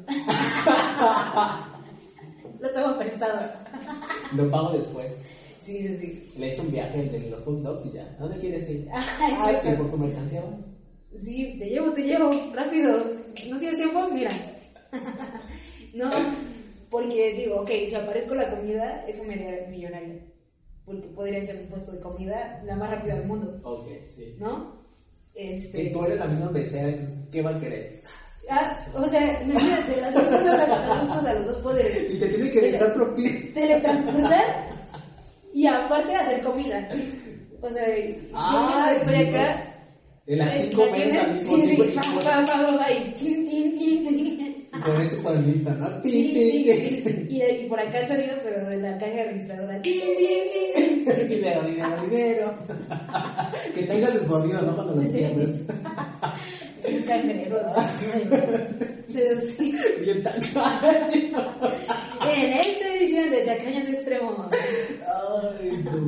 [SPEAKER 2] lo tengo prestado.
[SPEAKER 3] Lo pago después.
[SPEAKER 2] Sí, sí, sí.
[SPEAKER 3] Le echo un viaje el de los hot dogs y ya. ¿A dónde quieres ir?
[SPEAKER 2] Ah,
[SPEAKER 3] Ah, es que
[SPEAKER 2] exacto.
[SPEAKER 3] por tu mercancía. va.
[SPEAKER 2] Sí, te llevo, te llevo, rápido. ¿No tienes tiempo? Mira. [laughs] no, porque digo, ok, si aparezco la comida, eso me haría millonaria. Porque podría ser un puesto de comida la más rápida del mundo,
[SPEAKER 3] Ok, sí.
[SPEAKER 2] ¿no? Este.
[SPEAKER 3] Que tú eres la misma mesera, entonces, ¿qué va a querer?
[SPEAKER 2] Ah, o sea, imagínate, las dos cosas, las dos cosas, los dos poderes.
[SPEAKER 3] Y te tiene que dejar propina.
[SPEAKER 2] Teletransportar y aparte hacer comida. O sea, yo
[SPEAKER 3] Ah,
[SPEAKER 2] mientras estoy acá.
[SPEAKER 3] De las
[SPEAKER 2] eh,
[SPEAKER 3] cinco
[SPEAKER 2] ¿la
[SPEAKER 3] veces
[SPEAKER 2] tienes?
[SPEAKER 3] al mismo
[SPEAKER 2] Sí,
[SPEAKER 3] tiempo.
[SPEAKER 2] sí,
[SPEAKER 3] y
[SPEAKER 2] pa,
[SPEAKER 3] con-
[SPEAKER 2] pa, pa, pa, pa, y chin, chin, chin, chin.
[SPEAKER 3] Y con ese sonidito, ¿no? Tin,
[SPEAKER 2] Sí,
[SPEAKER 3] tin,
[SPEAKER 2] sí,
[SPEAKER 3] tin.
[SPEAKER 2] sí. Y, y por acá el sonido, pero de la caja registradora. Chin, chin, chin.
[SPEAKER 3] Dinero, dinero, dinero. que tengas el sonido, ¿no? Cuando lo
[SPEAKER 2] Sí.
[SPEAKER 3] cierres.
[SPEAKER 2] Un cangrejo. sí. Seducido.
[SPEAKER 3] Bien tacaño.
[SPEAKER 2] En esta edición de Tacaños Extremos.
[SPEAKER 3] Ay, tú.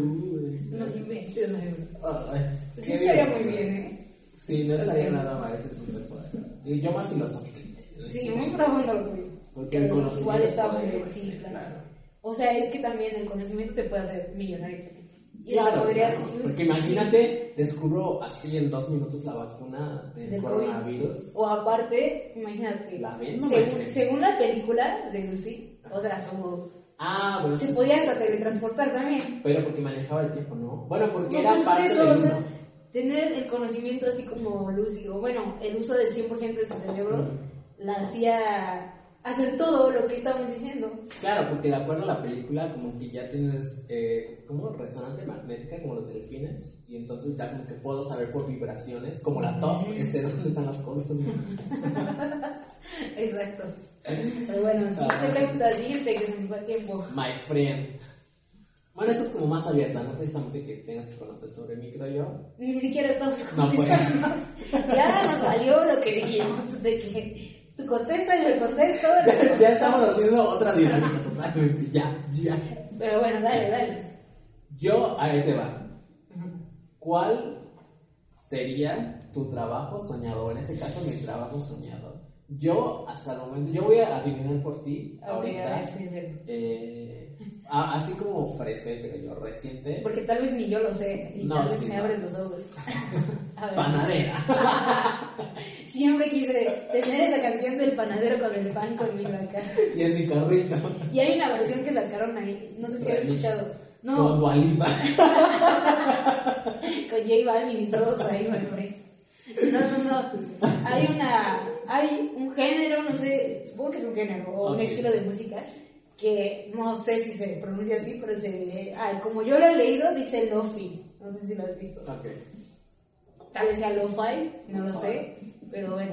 [SPEAKER 2] No inventes, no inventes.
[SPEAKER 3] Ay,
[SPEAKER 2] Sí,
[SPEAKER 3] qué
[SPEAKER 2] estaría muy
[SPEAKER 3] divertido.
[SPEAKER 2] bien, ¿eh?
[SPEAKER 3] Sí, no estaría
[SPEAKER 2] Ok.
[SPEAKER 3] nada mal ese superpoder. Y Yo más filosófica.
[SPEAKER 2] Sí, muy profundo lo tuyo.
[SPEAKER 3] Porque el
[SPEAKER 2] Pero
[SPEAKER 3] conocimiento
[SPEAKER 2] igual está
[SPEAKER 3] puede
[SPEAKER 2] muy bien,
[SPEAKER 3] divertir,
[SPEAKER 2] sí, claro.
[SPEAKER 3] claro.
[SPEAKER 2] O sea, es que también el conocimiento te puede hacer millonario. Y
[SPEAKER 3] Claro,
[SPEAKER 2] hasta podrías.
[SPEAKER 3] claro, porque imagínate, descubro así en dos minutos la vacuna del,
[SPEAKER 2] Del COVID.
[SPEAKER 3] coronavirus.
[SPEAKER 2] O aparte, imagínate.
[SPEAKER 3] La ven, no
[SPEAKER 2] según,
[SPEAKER 3] imagínate.
[SPEAKER 2] según la película de Lucy, o sea, su-
[SPEAKER 3] Ah, bueno,
[SPEAKER 2] se
[SPEAKER 3] sí,
[SPEAKER 2] podía hasta teletransportar también.
[SPEAKER 3] pero porque manejaba el tiempo, ¿no? Bueno, porque
[SPEAKER 2] No,
[SPEAKER 3] era
[SPEAKER 2] pues, por
[SPEAKER 3] parte
[SPEAKER 2] eso,
[SPEAKER 3] del
[SPEAKER 2] o sea,
[SPEAKER 3] uno.
[SPEAKER 2] tener el conocimiento así como Lucy, o bueno, el uso del 100% de su cerebro, la hacía hacer todo lo que estábamos diciendo.
[SPEAKER 3] Claro, porque de acuerdo a la película, como que ya tienes eh, como resonancia magnética, como los delfines, y entonces ya como que puedo saber por vibraciones, como la top, que sé dónde están las cosas. ¿no?
[SPEAKER 2] Exacto. Pero bueno, siguiente
[SPEAKER 3] Ah.
[SPEAKER 2] pregunta, siguiente, que se me fue el tiempo.
[SPEAKER 3] My friend. Bueno, eso es como más abierta, no precisamente que tengas que conocer sobre mí, creo yo.
[SPEAKER 2] Ni siquiera estamos
[SPEAKER 3] No, pues.
[SPEAKER 2] contestando. ya nos valió lo que dijimos de que tú contestas, yo contesto.
[SPEAKER 3] [laughs] ya estamos haciendo otra dinámica totalmente, ya, ya.
[SPEAKER 2] Pero bueno, dale, dale.
[SPEAKER 3] Yo, ahí te va. ¿Cuál sería tu trabajo soñador? En este caso, mi trabajo soñador. Yo, hasta el momento, yo voy a adivinar por ti
[SPEAKER 2] Ok, a ver,
[SPEAKER 3] ahorita.
[SPEAKER 2] sí, sí.
[SPEAKER 3] eh, a- así como fresco, pero yo reciente.
[SPEAKER 2] Porque tal vez ni yo lo sé y
[SPEAKER 3] No,
[SPEAKER 2] tal vez
[SPEAKER 3] sí,
[SPEAKER 2] me
[SPEAKER 3] no.
[SPEAKER 2] abren los
[SPEAKER 3] [laughs]
[SPEAKER 2] ojos. A ver.
[SPEAKER 3] Panadera. [laughs]
[SPEAKER 2] Siempre quise tener esa canción del panadero con el pan conmigo acá.
[SPEAKER 3] y en mi carrito.
[SPEAKER 2] Y hay una versión que sacaron ahí, no sé si has
[SPEAKER 3] Remix.
[SPEAKER 2] escuchado.
[SPEAKER 3] Con
[SPEAKER 2] No,
[SPEAKER 3] Dua Lipa.
[SPEAKER 2] [laughs] con J Balvin y todos ahí, me fue. No, no, no. Hay una. Hay un género, no sé, supongo que es un género o un
[SPEAKER 3] Ok.
[SPEAKER 2] estilo de música que no sé si se pronuncia así, pero se. ah, como yo lo he leído, dice Lofi. No sé si lo has visto.
[SPEAKER 3] Ok.
[SPEAKER 2] Tal vez sea lo-fi, no lo sé, pero bueno.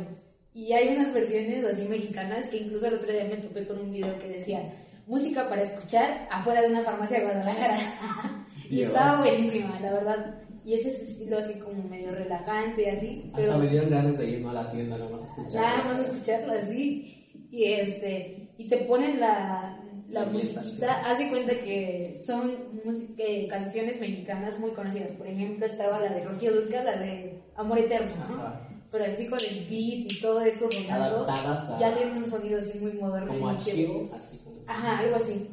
[SPEAKER 2] Y hay unas versiones así mexicanas que incluso el otro día me topé con un video que decía música para escuchar afuera de una farmacia de Guadalajara. [laughs] y
[SPEAKER 3] Dios.
[SPEAKER 2] estaba buenísima, la verdad. Y es ese estilo así como medio relajante, así.
[SPEAKER 3] Hasta me
[SPEAKER 2] Pero
[SPEAKER 3] dieron ganas de irme a la tienda, nada más a escuchar.
[SPEAKER 2] nada más escucharlo así. Y este y te ponen la, la
[SPEAKER 3] Ambientación.
[SPEAKER 2] musiquita. Haz de cuenta que son música- eh, canciones mexicanas muy conocidas. Por ejemplo, estaba la de Rocío Dulca, la de Amor Eterno. ¿no?
[SPEAKER 3] Ajá.
[SPEAKER 2] pero así con el beat y todo esto sonando,
[SPEAKER 3] Adaptadas a-
[SPEAKER 2] ya tiene un sonido así muy moderno.
[SPEAKER 3] Como
[SPEAKER 2] y
[SPEAKER 3] a
[SPEAKER 2] muy chido.
[SPEAKER 3] Chivo, así como.
[SPEAKER 2] Ajá, algo así.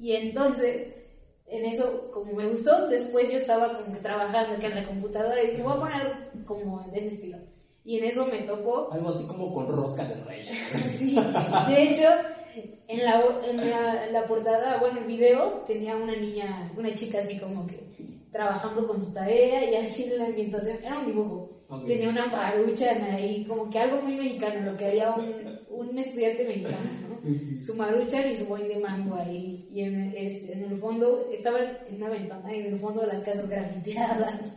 [SPEAKER 2] Y entonces, en eso, como me gustó, después yo estaba como que trabajando acá en la computadora y dije, voy a poner como de ese estilo. Y en eso me topó,
[SPEAKER 3] Algo así como con rosca de reyes.
[SPEAKER 2] sí, de hecho, en la, en la, en la portada, bueno, el video, tenía una niña, una chica así como que trabajando con su tarea y así en la ambientación, era un dibujo.
[SPEAKER 3] Ok.
[SPEAKER 2] Tenía una marucha ahí, como que algo muy mexicano, lo que haría un, un estudiante mexicano, ¿no? Su marucha y su boing de mango ahí. Y en, es- en el fondo, estaba en una ventana, y en el fondo de las casas grafiteadas.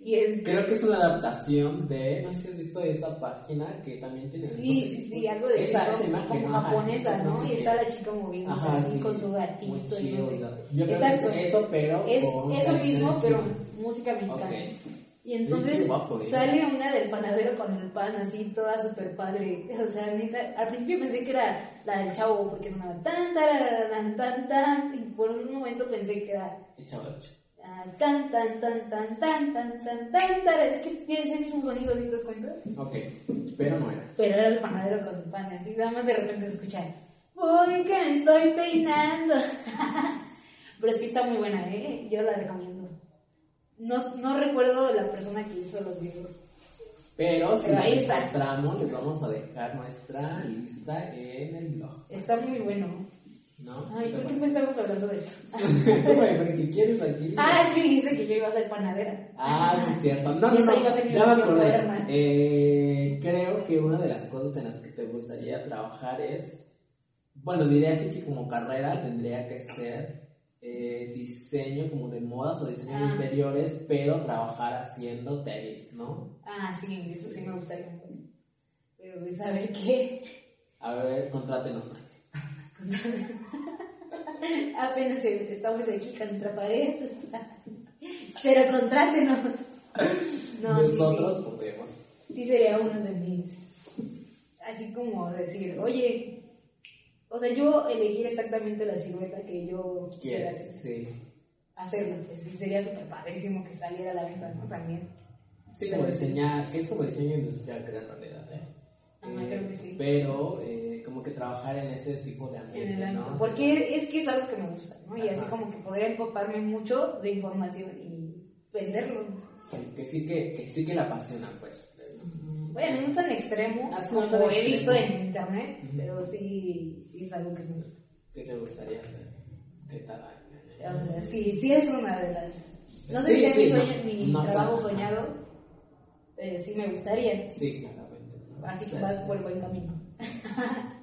[SPEAKER 2] Y es.
[SPEAKER 3] Creo que es una adaptación de. No sé si has visto esta página que también tiene. no
[SPEAKER 2] Sí,
[SPEAKER 3] sé si-
[SPEAKER 2] sí, sí, algo de
[SPEAKER 3] Esa,
[SPEAKER 2] como,
[SPEAKER 3] esa imagen.
[SPEAKER 2] como
[SPEAKER 3] ¿no? Ajá,
[SPEAKER 2] japonesa, ¿no?
[SPEAKER 3] sé
[SPEAKER 2] Y
[SPEAKER 3] qué.
[SPEAKER 2] está la chica moviéndose
[SPEAKER 3] Ajá,
[SPEAKER 2] así
[SPEAKER 3] sí.
[SPEAKER 2] con su
[SPEAKER 3] Muy
[SPEAKER 2] gatito y no
[SPEAKER 3] chido,
[SPEAKER 2] sé.
[SPEAKER 3] ¿no? Yo creo
[SPEAKER 2] Exacto.
[SPEAKER 3] que es eso, pero.
[SPEAKER 2] Es
[SPEAKER 3] con
[SPEAKER 2] eso
[SPEAKER 3] canciones
[SPEAKER 2] mismo, pero
[SPEAKER 3] encima.
[SPEAKER 2] música mexicana.
[SPEAKER 3] Ok.
[SPEAKER 2] Y entonces
[SPEAKER 3] Qué guapo, ¿eh?
[SPEAKER 2] sale una del panadero con el pan así, toda super padre. O sea, neta, al principio pensé que era la del chavo porque sonaba tan, tarararán, tan, tan. Y por un momento pensé que era
[SPEAKER 3] Y chavalocho.
[SPEAKER 2] ah, tan, tan, tan, tan, tan, tan, tan, tan, tan. Es que tiene ese mismo sonido, si te das cuenta?
[SPEAKER 3] Ok. Pero no era.
[SPEAKER 2] Pero era el panadero con el pan, así nada más de repente se escucha, voy que me estoy peinando. [laughs] Pero sí está muy buena, ¿eh? Yo la recomiendo. No, no recuerdo la persona que hizo los videos.
[SPEAKER 3] Pero si
[SPEAKER 2] Pero ahí
[SPEAKER 3] nos
[SPEAKER 2] está.
[SPEAKER 3] encontramos, les vamos a dejar nuestra lista en el blog.
[SPEAKER 2] Está muy bueno.
[SPEAKER 3] ¿No?
[SPEAKER 2] Ay,
[SPEAKER 3] ¿Te
[SPEAKER 2] ¿por qué me
[SPEAKER 3] parece?
[SPEAKER 2] estamos hablando de esto?
[SPEAKER 3] [laughs] Tú, güey, pero ¿qué quieres aquí?
[SPEAKER 2] Ah, es que dijiste que yo iba a ser panadera.
[SPEAKER 3] Ah, sí, es cierto. No,
[SPEAKER 2] Y
[SPEAKER 3] no,
[SPEAKER 2] eso
[SPEAKER 3] no.
[SPEAKER 2] iba a ser mi
[SPEAKER 3] Ya me
[SPEAKER 2] versión
[SPEAKER 3] acordé.
[SPEAKER 2] moderna.
[SPEAKER 3] Eh, creo que una de las cosas en las que te gustaría trabajar es. Bueno, diría así que como carrera tendría que ser. eh, eh, diseño como de modas o diseño de
[SPEAKER 2] Ah.
[SPEAKER 3] interiores, pero trabajar haciendo tenis, ¿no?
[SPEAKER 2] Ah, sí, eso sí me gustaría. un buen. Pero pues a ver qué. [laughs]
[SPEAKER 3] A ver, contrátenos, Nike.
[SPEAKER 2] Apenas eh, estamos aquí contra pared. [laughs] Pero contrátenos. [laughs] No, sí,
[SPEAKER 3] Nosotros
[SPEAKER 2] sí.
[SPEAKER 3] podemos.
[SPEAKER 2] Sí sería uno de mis. Así como decir, oye. O sea, yo elegir exactamente la silueta que yo quisiera
[SPEAKER 3] ¿Quieres? Sí.
[SPEAKER 2] hacerlo. Pues, sí, sería súper padrísimo que saliera a la venta, ¿no? También.
[SPEAKER 3] Sí, como diseñar, que es como diseño industrial, creo, en realidad, ¿eh?
[SPEAKER 2] Ajá,
[SPEAKER 3] Eh,
[SPEAKER 2] creo que sí.
[SPEAKER 3] Pero eh, como que trabajar en ese tipo de ambiente,
[SPEAKER 2] en el ámbito,
[SPEAKER 3] ¿no?
[SPEAKER 2] Porque es que es algo que me gusta, ¿no? Y así
[SPEAKER 3] Ajá.
[SPEAKER 2] como que poder empaparme mucho de información y venderlo.
[SPEAKER 3] Sí, que sí que, que sí que la apasiona, pues.
[SPEAKER 2] Bueno, no tan extremo
[SPEAKER 3] Así
[SPEAKER 2] como
[SPEAKER 3] no tan
[SPEAKER 2] he
[SPEAKER 3] extremo.
[SPEAKER 2] visto en internet,
[SPEAKER 3] Ujú.
[SPEAKER 2] pero sí, sí es algo que me gusta.
[SPEAKER 3] ¿Qué te gustaría hacer? ¿Qué tal?
[SPEAKER 2] O sea, sí, sí es una de las... No sé
[SPEAKER 3] Sí,
[SPEAKER 2] si es
[SPEAKER 3] sí,
[SPEAKER 2] mi,
[SPEAKER 3] no,
[SPEAKER 2] sueño- mi
[SPEAKER 3] no sé.
[SPEAKER 2] trabajo soñado, pero sí me gustaría.
[SPEAKER 3] Sí, claramente. ¿no?
[SPEAKER 2] Así que
[SPEAKER 3] Hacer-
[SPEAKER 2] vas por el buen camino.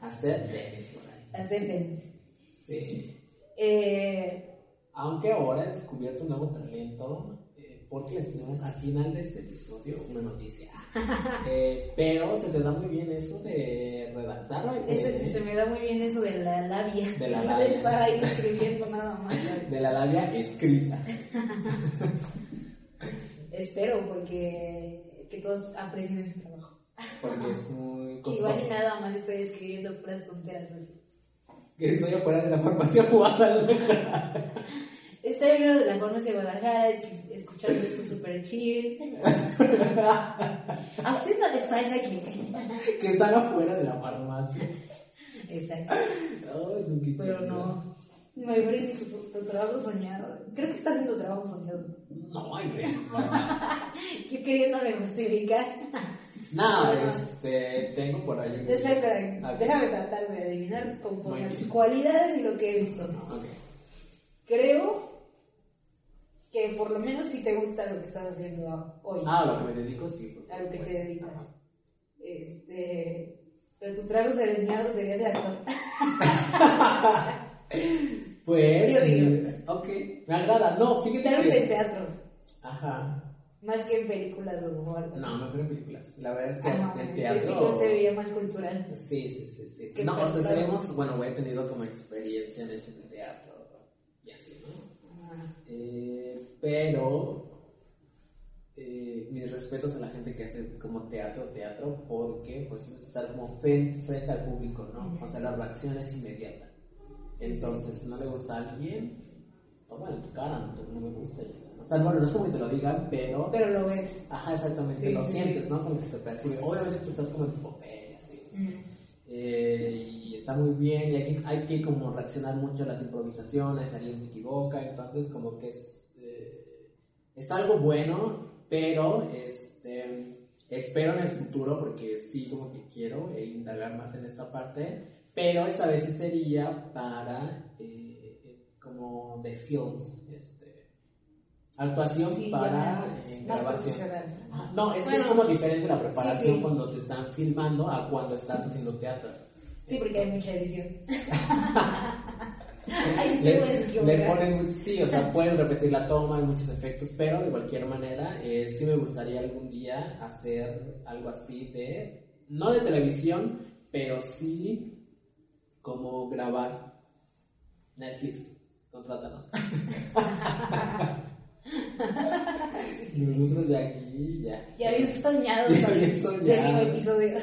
[SPEAKER 3] Hacer tenis por ahí.
[SPEAKER 2] Hacer tenis.
[SPEAKER 3] Sí.
[SPEAKER 2] Eh,
[SPEAKER 3] Aunque ahora he descubierto un nuevo talento, eh, porque les tenemos al final de este episodio una
[SPEAKER 2] [laughs]
[SPEAKER 3] noticia. Eh, pero se te da muy bien eso de redactar. ¿no?
[SPEAKER 2] ese-
[SPEAKER 3] Eh,
[SPEAKER 2] se me da muy bien eso de la labia.
[SPEAKER 3] De
[SPEAKER 2] [laughs]
[SPEAKER 3] la labia.
[SPEAKER 2] estar ahí escribiendo nada más.
[SPEAKER 3] De la labia escrita.
[SPEAKER 2] Espero, porque que todos aprecien ese trabajo.
[SPEAKER 3] Porque es muy
[SPEAKER 2] Que igual y
[SPEAKER 3] costoso.
[SPEAKER 2] nada más estoy escribiendo puras tonteras así.
[SPEAKER 3] Que estoy afuera de la farmacia [laughs] jugada.
[SPEAKER 2] Estoy viendo de la farmacia de Guadalajara, es- escuchando esto súper
[SPEAKER 3] [laughs]
[SPEAKER 2] chill. Haciendo les parece aquí.
[SPEAKER 3] Que están afuera de la farmacia.
[SPEAKER 2] Exacto.
[SPEAKER 3] Ay, no, qué
[SPEAKER 2] Pero
[SPEAKER 3] tristeza.
[SPEAKER 2] no. Me brinco tu, tu trabajo soñado. Creo que está haciendo trabajo soñado.
[SPEAKER 3] No, ay, güey.
[SPEAKER 2] Yo queriéndome justificar.
[SPEAKER 3] No, este. Tengo por ahí. un-
[SPEAKER 2] Espera, espera.
[SPEAKER 3] Ok.
[SPEAKER 2] Déjame tratar de adivinar conforme a
[SPEAKER 3] Muy bien.
[SPEAKER 2] mis cualidades y lo que he visto. ¿no?
[SPEAKER 3] Ok.
[SPEAKER 2] creo que por lo menos si te gusta lo que estás haciendo hoy,
[SPEAKER 3] Ah, lo que me dedico, sí. por
[SPEAKER 2] a lo que te
[SPEAKER 3] supuesto.
[SPEAKER 2] dedicas.
[SPEAKER 3] Pues, Ajá.
[SPEAKER 2] Este, pero tu trago sereñado sería ser actor.
[SPEAKER 3] Pues.
[SPEAKER 2] Yo digo.
[SPEAKER 3] Ok, me agrada. No,
[SPEAKER 2] [laughs] Tal
[SPEAKER 3] fíjate
[SPEAKER 2] vez en
[SPEAKER 3] que.
[SPEAKER 2] teatro,
[SPEAKER 3] Ajá.
[SPEAKER 2] más que en películas o algo así.
[SPEAKER 3] No, mejor en películas. La verdad es que
[SPEAKER 2] Ah, no,
[SPEAKER 3] en
[SPEAKER 2] es que yo
[SPEAKER 3] teatro.
[SPEAKER 2] te veía más cultural.
[SPEAKER 3] Sí, sí, sí, sí.
[SPEAKER 2] ¿Qué
[SPEAKER 3] No, o sea,
[SPEAKER 2] pasa?
[SPEAKER 3] sabemos, bueno, he tenido como experiencia en ese teatro y así, ¿no?
[SPEAKER 2] Ah,
[SPEAKER 3] Eh, pero eh, mis respetos a la gente que hace como teatro, teatro, porque pues es estar como fe- frente al público, ¿no? O sea, la reacción es inmediata. Entonces, si no le gusta a alguien, o bueno, tu cara no, te- no me gusta y eso, ¿no? O sea, bueno, no es como que te lo digan, pero...
[SPEAKER 2] Pero lo ves.
[SPEAKER 3] Ajá, exactamente,
[SPEAKER 2] Sí,
[SPEAKER 3] lo
[SPEAKER 2] sí,
[SPEAKER 3] sientes,
[SPEAKER 2] sí.
[SPEAKER 3] ¿no? Como que se percibe. Obviamente tú estás como en tu papel, y así.
[SPEAKER 2] Mm.
[SPEAKER 3] Eh, y está muy bien, y hay que, hay que como reaccionar mucho a las improvisaciones, alguien se equivoca, entonces como que es, eh, es algo bueno, pero este, espero en el futuro, porque sí como que quiero eh, indagar más en esta parte, pero esta vez sí sería para eh, eh, como de films, este, actuación
[SPEAKER 2] Sí, ya
[SPEAKER 3] para
[SPEAKER 2] más-
[SPEAKER 3] eh,
[SPEAKER 2] más
[SPEAKER 3] grabación.
[SPEAKER 2] profesional.
[SPEAKER 3] Ah, No, es, que
[SPEAKER 2] Bueno,
[SPEAKER 3] es como diferente la preparación
[SPEAKER 2] sí, sí.
[SPEAKER 3] cuando te están filmando a cuando estás haciendo teatro.
[SPEAKER 2] Sí, porque hay mucha
[SPEAKER 3] [laughs]
[SPEAKER 2] edición. Ahí sí te puedes
[SPEAKER 3] Le, le
[SPEAKER 2] equivocar.
[SPEAKER 3] ponen, un- sí,
[SPEAKER 2] [laughs]
[SPEAKER 3] o sea, puedes repetir la toma, hay muchos efectos, pero de cualquier manera, eh, sí me gustaría algún día hacer algo así de, no de televisión, pero sí como grabar Netflix,
[SPEAKER 2] [laughs]
[SPEAKER 3] contrátanos. Nosotros de aquí ya.
[SPEAKER 2] Ya habías soñado
[SPEAKER 3] Ya
[SPEAKER 2] sobre
[SPEAKER 3] había
[SPEAKER 2] el
[SPEAKER 3] soñado.
[SPEAKER 2] décimo episodio.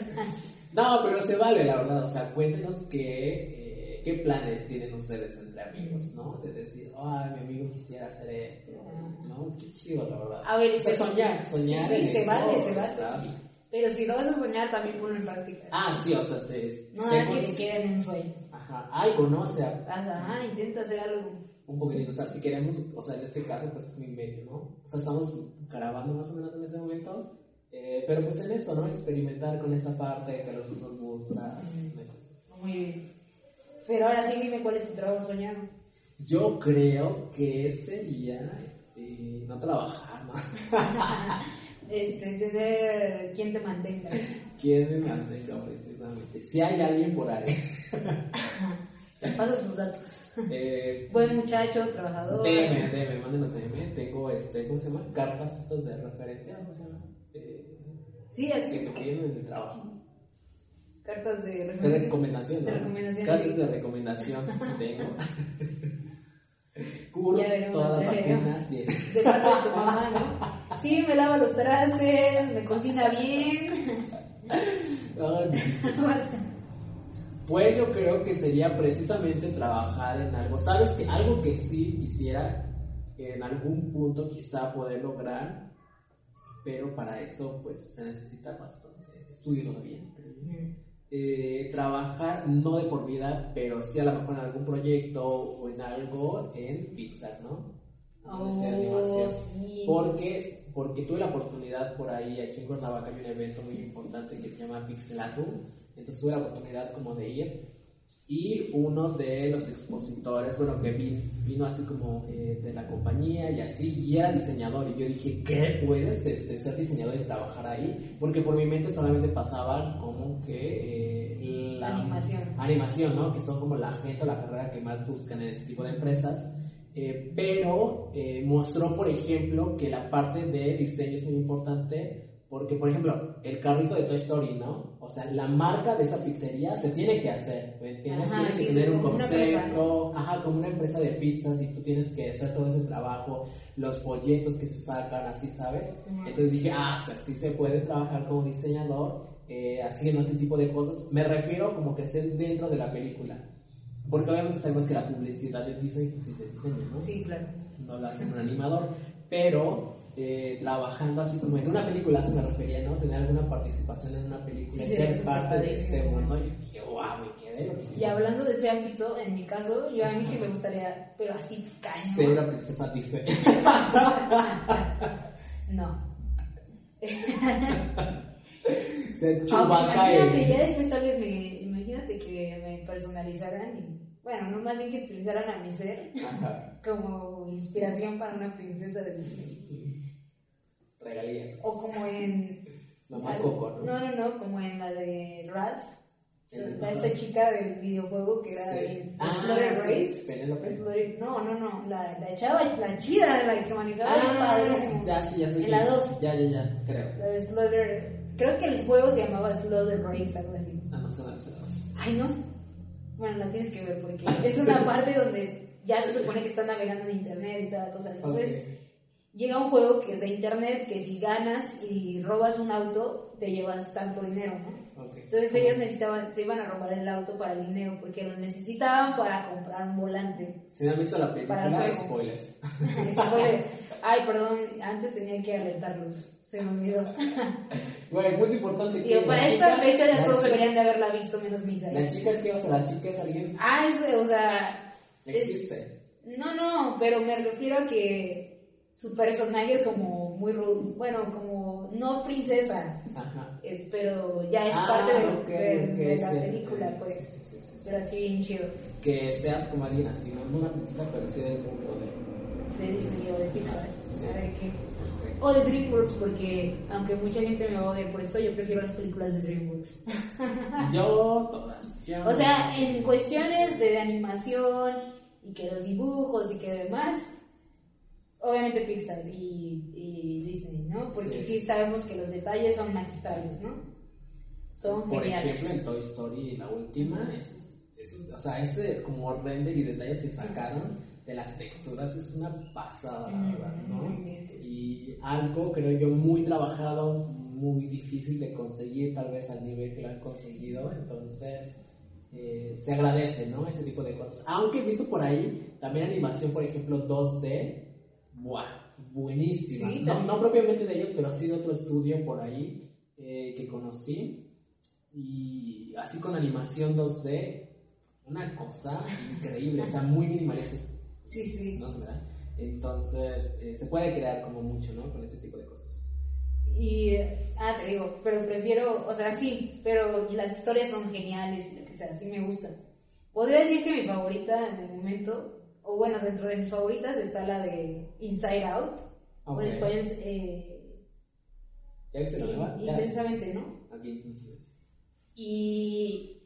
[SPEAKER 3] No, pero se vale, la verdad. O sea, cuéntenos qué, eh, qué planes tienen ustedes entre amigos, ¿no? De decir, ay, mi amigo quisiera hacer esto, ¿no? Qué chido, la verdad.
[SPEAKER 2] A ver, y
[SPEAKER 3] O sea,
[SPEAKER 2] se-
[SPEAKER 3] Pues soñar, soñar.
[SPEAKER 2] Ah, Sí, sí,
[SPEAKER 3] en
[SPEAKER 2] se
[SPEAKER 3] eso,
[SPEAKER 2] vale, se vale.
[SPEAKER 3] está bien.
[SPEAKER 2] Pero si lo vas a soñar, también ponlo en práctica.
[SPEAKER 3] Ah, sí, pues. o sea, se.
[SPEAKER 2] No
[SPEAKER 3] se-
[SPEAKER 2] es que se quede en un sueño.
[SPEAKER 3] Ajá, algo, ¿no? O sea,
[SPEAKER 2] Ajá, intenta hacer algo.
[SPEAKER 3] un poquitito. O sea, si queremos, o sea, en este caso, pues es mi medio, ¿no? O sea, estamos grabando más o menos en este momento. eh, pero pues en eso, ¿no? Experimentar con esa parte que a los dos nos gusta. eso.
[SPEAKER 2] Muy bien. Pero ahora sí dime cuál es tu trabajo soñado.
[SPEAKER 3] Yo creo que sería eh, no trabajar, ¿no? [laughs]
[SPEAKER 2] Este, tener quien te mantenga.
[SPEAKER 3] ¿Quién me mantenga precisamente? Si hay alguien por ahí.
[SPEAKER 2] paso sus datos.
[SPEAKER 3] [laughs] Eh,
[SPEAKER 2] Buen muchacho, trabajador.
[SPEAKER 3] DM, DM, mándenos DM. Tengo, este, ¿cómo se llama? Cartas estas de referencia, ¿cómo se llama? Eh,
[SPEAKER 2] Sí,
[SPEAKER 3] que
[SPEAKER 2] así.
[SPEAKER 3] te piden en el trabajo.
[SPEAKER 2] Cartas de
[SPEAKER 3] De
[SPEAKER 2] referencia.
[SPEAKER 3] recomendación, ¿no?
[SPEAKER 2] De recomendación,
[SPEAKER 3] Cartas
[SPEAKER 2] sí.
[SPEAKER 3] de recomendación, sí
[SPEAKER 2] [laughs]
[SPEAKER 3] tengo. [laughs] Cubro
[SPEAKER 2] Ya veremos,
[SPEAKER 3] todas
[SPEAKER 2] ya
[SPEAKER 3] las
[SPEAKER 2] veremos.
[SPEAKER 3] vacunas bien.
[SPEAKER 2] De parte de tu mamá, ¿no? Sí, me lava los trastes, me cocina bien.
[SPEAKER 3] Ay, Pues yo creo que sería precisamente trabajar en algo. ¿Sabes que algo que sí quisiera en algún punto quizá poder lograr? Pero para eso pues se necesita bastante estudio todavía. creo yo. Eh, trabajar no de por vida, pero sí a lo mejor en algún proyecto o en algo en Pixar, ¿no? En ese
[SPEAKER 2] Oh,
[SPEAKER 3] animación.
[SPEAKER 2] sí.
[SPEAKER 3] Porque, porque tuve la oportunidad por ahí, aquí en Cuernavaca hay un evento muy importante que se llama Pixelatum, entonces tuve la oportunidad como de ir y uno de los expositores, bueno, que vi- vino así como eh, de la compañía y así, y era diseñador, y yo dije, ¿qué puedes este, ser diseñador y trabajar ahí? Porque por mi mente solamente pasaba como que eh, la
[SPEAKER 2] Animación.
[SPEAKER 3] animación, ¿no? Que son como la gente o la carrera que más buscan en este tipo de empresas. Eh, pero eh, mostró, por ejemplo, que la parte de diseño es muy importante porque, por ejemplo, el carrito de Toy Story, ¿no? O sea, la marca de esa pizzería se tiene que hacer, ¿me entiendes?
[SPEAKER 2] Ajá,
[SPEAKER 3] Tienes que
[SPEAKER 2] sí,
[SPEAKER 3] tener un
[SPEAKER 2] como una empresa, ¿no?
[SPEAKER 3] concepto, ajá, como una empresa de pizzas y tú tienes que hacer todo ese trabajo, los folletos que se sacan, así, ¿sabes?
[SPEAKER 2] Ujú.
[SPEAKER 3] Entonces dije, ah, o sea, sí se puede trabajar como diseñador eh, haciendo este tipo de cosas. Me refiero como que estén dentro de la película. Porque obviamente sabemos que la publicidad de Disney pues, sí se diseña, ¿no?
[SPEAKER 2] Sí, claro.
[SPEAKER 3] no lo hace un animador, pero eh, trabajando así como en una película, se me refería, ¿no? Tener alguna participación en una película,
[SPEAKER 2] Sí,
[SPEAKER 3] y
[SPEAKER 2] sí,
[SPEAKER 3] ser
[SPEAKER 2] sí,
[SPEAKER 3] parte
[SPEAKER 2] sí.
[SPEAKER 3] de este mundo. Yo dije, wow, me quedé lo que
[SPEAKER 2] Y hablando de ese ámbito, en mi caso, yo a mí sí me gustaría, pero así
[SPEAKER 3] Ser
[SPEAKER 2] cañón.
[SPEAKER 3] una princesa Disney. [laughs]
[SPEAKER 2] No.
[SPEAKER 3] ser
[SPEAKER 2] Aunque
[SPEAKER 3] Chewbacca.
[SPEAKER 2] Ah, Imagínate,
[SPEAKER 3] en-
[SPEAKER 2] ya después tal vez me, imagínate que me personalizaran y, bueno, no más bien que utilizaran a mi ser
[SPEAKER 3] Ajá,
[SPEAKER 2] como inspiración para una princesa de Disney.
[SPEAKER 3] regalías.
[SPEAKER 2] O como en
[SPEAKER 3] Mamá
[SPEAKER 2] Al-
[SPEAKER 3] Coco, ¿no? Ah,
[SPEAKER 2] No, no, no, como en la de Ralph.
[SPEAKER 3] El-
[SPEAKER 2] La- esta chica del videojuego que era
[SPEAKER 3] Sí.
[SPEAKER 2] de
[SPEAKER 3] Ah,
[SPEAKER 2] Slaughter
[SPEAKER 3] sí,
[SPEAKER 2] Race.
[SPEAKER 3] Penélope.
[SPEAKER 2] Slaughter- No, no, no, la, la chava, la chida, la que manejaba el
[SPEAKER 3] Ah,
[SPEAKER 2] padrísimo.
[SPEAKER 3] ya, sí, ya sé.
[SPEAKER 2] En
[SPEAKER 3] quién.
[SPEAKER 2] la 2,
[SPEAKER 3] Ya, ya, ya, creo.
[SPEAKER 2] la de Slaughter. Creo que el juego se llamaba Slaughter Race, algo así.
[SPEAKER 3] Ah, no, son las dos.
[SPEAKER 2] Ay, no. Bueno, la tienes que ver porque es
[SPEAKER 3] [laughs]
[SPEAKER 2] una parte donde ya se supone que están navegando en internet y toda la cosa. Entonces,
[SPEAKER 3] Ok.
[SPEAKER 2] Llega un juego que es de internet, que si ganas y robas un auto, te llevas tanto dinero, ¿no?
[SPEAKER 3] Ok.
[SPEAKER 2] Entonces ellos necesitaban, se iban a robar el auto para el dinero, porque lo necesitaban para comprar un
[SPEAKER 3] [laughs]
[SPEAKER 2] volante.
[SPEAKER 3] Si no han visto la
[SPEAKER 2] Para
[SPEAKER 3] película,
[SPEAKER 2] el juego.
[SPEAKER 3] spoilers.
[SPEAKER 2] Eso fue, ay, perdón, antes tenía que alertarlos, se me olvidó.
[SPEAKER 3] Güey, muy importante que.
[SPEAKER 2] Digo,
[SPEAKER 3] la
[SPEAKER 2] para esta
[SPEAKER 3] chica-
[SPEAKER 2] fecha ya
[SPEAKER 3] la
[SPEAKER 2] todos
[SPEAKER 3] chica-
[SPEAKER 2] deberían de haberla visto, menos Misa.
[SPEAKER 3] La chica que, o sea, la chica es alguien.
[SPEAKER 2] Ah, es, o sea, es-
[SPEAKER 3] Existe.
[SPEAKER 2] No, no, pero me refiero a que su personaje es como muy, ru- bueno, como no princesa,
[SPEAKER 3] Ajá.
[SPEAKER 2] Es- pero ya es
[SPEAKER 3] Ah,
[SPEAKER 2] parte de,
[SPEAKER 3] ok,
[SPEAKER 2] de-
[SPEAKER 3] ok,
[SPEAKER 2] de la
[SPEAKER 3] sí,
[SPEAKER 2] película,
[SPEAKER 3] ok.
[SPEAKER 2] pues.
[SPEAKER 3] Sí, sí, sí, sí.
[SPEAKER 2] Pero así bien chido,
[SPEAKER 3] Que seas como alguien así, no No una princesa, pero sí del mundo de.
[SPEAKER 2] de Disney o de Pixar,
[SPEAKER 3] Sí.
[SPEAKER 2] a ver qué. O de DreamWorks, porque aunque mucha gente me odia por esto, yo prefiero las películas de DreamWorks.
[SPEAKER 3] Yo, todas. Yo-
[SPEAKER 2] O sea, en cuestiones de animación y que los dibujos y que demás, obviamente Pixar y, y Disney, ¿no? Porque
[SPEAKER 3] Sí.
[SPEAKER 2] sí. sabemos que los detalles son magistrales, ¿no? Son
[SPEAKER 3] Por
[SPEAKER 2] geniales.
[SPEAKER 3] ejemplo, en Toy Story, la última, esos, esos, o sea, ese como render y detalles que sacaron de las texturas es una pasada, la
[SPEAKER 2] Mm, pues.
[SPEAKER 3] verdad, ¿no?
[SPEAKER 2] no inventes.
[SPEAKER 3] Y algo, creo yo, muy trabajado, muy difícil de conseguir, tal vez al nivel que lo han conseguido, entonces eh, se agradece, ¿no? Ese tipo de cosas. Aunque he visto por ahí también animación, por ejemplo, 2D, ¡buah! Buenísima.
[SPEAKER 2] Sí,
[SPEAKER 3] no,
[SPEAKER 2] también.
[SPEAKER 3] no propiamente de ellos, pero sí de otro estudio por ahí eh, que conocí y así con animación 2D, una cosa increíble, o sea, muy minimalista,
[SPEAKER 2] Sí, sí.
[SPEAKER 3] ¿no? se da? Entonces, eh, se puede crear como mucho, ¿no? Con ese tipo de cosas.
[SPEAKER 2] Y, eh, ah, te digo, pero prefiero, o sea, sí, pero las historias son geniales y lo que sea, sí me gusta. Podría decir que mi favorita en el momento, o bueno, dentro de mis favoritas está la de Inside Out, o en
[SPEAKER 3] Ok.
[SPEAKER 2] español es, eh,
[SPEAKER 3] ¿Ya viste la nueva?
[SPEAKER 2] in-
[SPEAKER 3] Ya.
[SPEAKER 2] intensamente, ¿no?
[SPEAKER 3] Aquí, no se ve.
[SPEAKER 2] Y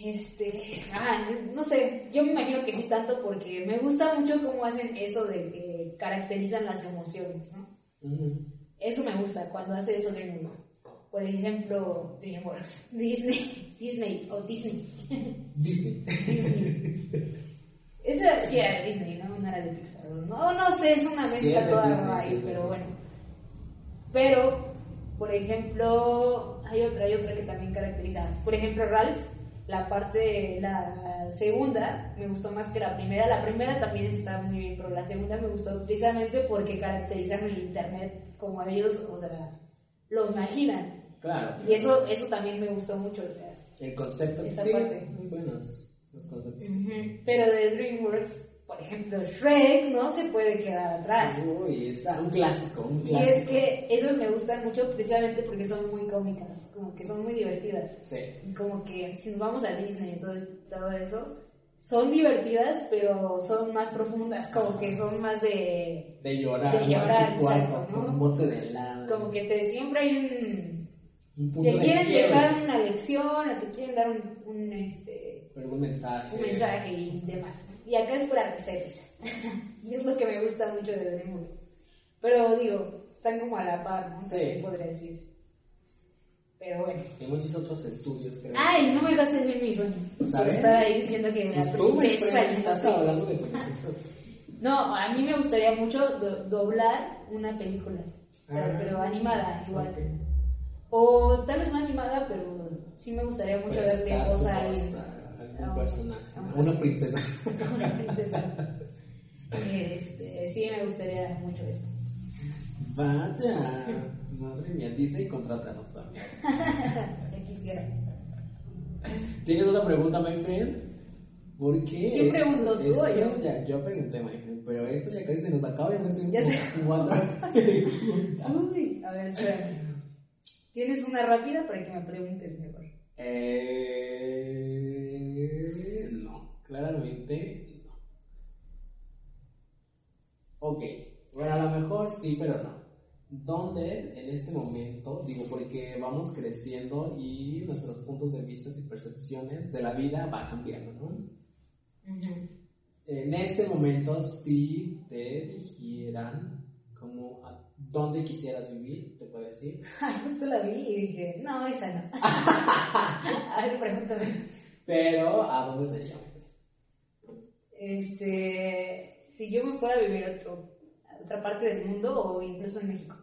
[SPEAKER 2] Este, ah, no sé, yo me imagino que sí tanto porque me gusta mucho cómo hacen eso de que caracterizan las emociones, ¿no?
[SPEAKER 3] Ujú.
[SPEAKER 2] Eso me gusta cuando hace eso DreamWorks. Por ejemplo, DreamWorks, Disney, Disney o Disney.
[SPEAKER 3] Disney. [laughs]
[SPEAKER 2] Disney. Esa sí era de Disney, ¿no? No era de Pixar. No, no sé, es una
[SPEAKER 3] Sí,
[SPEAKER 2] mezcla
[SPEAKER 3] es de
[SPEAKER 2] toda
[SPEAKER 3] Disney,
[SPEAKER 2] rara
[SPEAKER 3] sí,
[SPEAKER 2] ahí,
[SPEAKER 3] es de
[SPEAKER 2] pero
[SPEAKER 3] Disney.
[SPEAKER 2] bueno. Pero, por ejemplo, hay otra, hay otra que también caracteriza. Por ejemplo, Ralph, la parte, la segunda, me gustó más que la primera. La primera también está muy bien, pero la segunda me gustó precisamente porque caracterizan el internet como ellos, o sea, lo imaginan.
[SPEAKER 3] Claro.
[SPEAKER 2] Y eso, eso también me gustó mucho, o sea.
[SPEAKER 3] El concepto.
[SPEAKER 2] Esa
[SPEAKER 3] sí,
[SPEAKER 2] parte. Mm.
[SPEAKER 3] muy buenos los conceptos.
[SPEAKER 2] Ujú, Pero de DreamWorks, por ejemplo, Shrek no se puede quedar atrás.
[SPEAKER 3] Uy, Uh, es un clásico, un
[SPEAKER 2] Y
[SPEAKER 3] clásico.
[SPEAKER 2] es que esos me gustan mucho precisamente porque son muy cómicas, como que son muy divertidas.
[SPEAKER 3] Sí.
[SPEAKER 2] Y Como que si nos vamos a Disney y todo, todo eso, son divertidas, pero son más profundas, como que son más de...
[SPEAKER 3] De
[SPEAKER 2] De
[SPEAKER 3] llorar. ¿no? En tu
[SPEAKER 2] llorar,
[SPEAKER 3] cuarto,
[SPEAKER 2] exacto, ¿no?
[SPEAKER 3] con Un bote de helado.
[SPEAKER 2] Como que te siempre hay un...
[SPEAKER 3] un punto
[SPEAKER 2] Te
[SPEAKER 3] de
[SPEAKER 2] quieren
[SPEAKER 3] quiebre,
[SPEAKER 2] dejar una lección o te quieren dar un, un, este,
[SPEAKER 3] Algún mensaje.
[SPEAKER 2] un mensaje y demás. Y acá es para seres. [laughs] y es lo que me gusta mucho de DreamWorks. Pero digo, están como a la par, ¿no?
[SPEAKER 3] Sí.
[SPEAKER 2] Se podría decir. Pero bueno.
[SPEAKER 3] Y muchos otros estudios, creo.
[SPEAKER 2] Ay, no me gastes bien mi sueño.
[SPEAKER 3] ¿Sabes?
[SPEAKER 2] Estar ahí diciendo que
[SPEAKER 3] Pues
[SPEAKER 2] la
[SPEAKER 3] tú, güey,
[SPEAKER 2] princesa
[SPEAKER 3] pero
[SPEAKER 2] y
[SPEAKER 3] estás
[SPEAKER 2] no sé.
[SPEAKER 3] hablando de princesas.
[SPEAKER 2] No, a mí me gustaría mucho do- doblar una película. O sea,
[SPEAKER 3] Ah.
[SPEAKER 2] pero animada igual.
[SPEAKER 3] Ok.
[SPEAKER 2] O tal vez no animada, pero sí me gustaría [laughs] mucho darle
[SPEAKER 3] Prestar
[SPEAKER 2] voz a
[SPEAKER 3] Pues
[SPEAKER 2] alguien.
[SPEAKER 3] tu voz a
[SPEAKER 2] A
[SPEAKER 3] algún
[SPEAKER 2] un-
[SPEAKER 3] personaje.
[SPEAKER 2] a
[SPEAKER 3] ¿no?
[SPEAKER 2] un-
[SPEAKER 3] Una princesa. [laughs]
[SPEAKER 2] una princesa. Eh, este, sí, me gustaría mucho eso.
[SPEAKER 3] Vaya. Madre mía, dice y contrátanos también.
[SPEAKER 2] Ya quisiera.
[SPEAKER 3] ¿Tienes otra pregunta, my friend? ¿Por qué?
[SPEAKER 2] ¿Quién
[SPEAKER 3] es-
[SPEAKER 2] preguntó, tú
[SPEAKER 3] esto
[SPEAKER 2] o yo?
[SPEAKER 3] Ya, yo pregunté, my friend, pero eso ya casi se nos acaba y no sé.
[SPEAKER 2] Ya sé. [laughs]
[SPEAKER 3] Cuatro.
[SPEAKER 2] Uy, a ver, espera. ¿Tienes una rápida para que me preguntes mejor?
[SPEAKER 3] Eh, no, claramente no. Ok, bueno, a lo mejor sí, pero no. ¿Dónde en este momento, digo, porque vamos creciendo y nuestros puntos de vista y percepciones de la vida va cambiando, ¿no? En este momento, si te dijeran como a dónde quisieras vivir, te puedo decir.
[SPEAKER 2] Ay, justo la vi y dije, no, esa no. a ver, pregúntame.
[SPEAKER 3] Pero, ¿a dónde sería?
[SPEAKER 2] Este, si yo me fuera a vivir a, otro, a otra parte del mundo o incluso en México.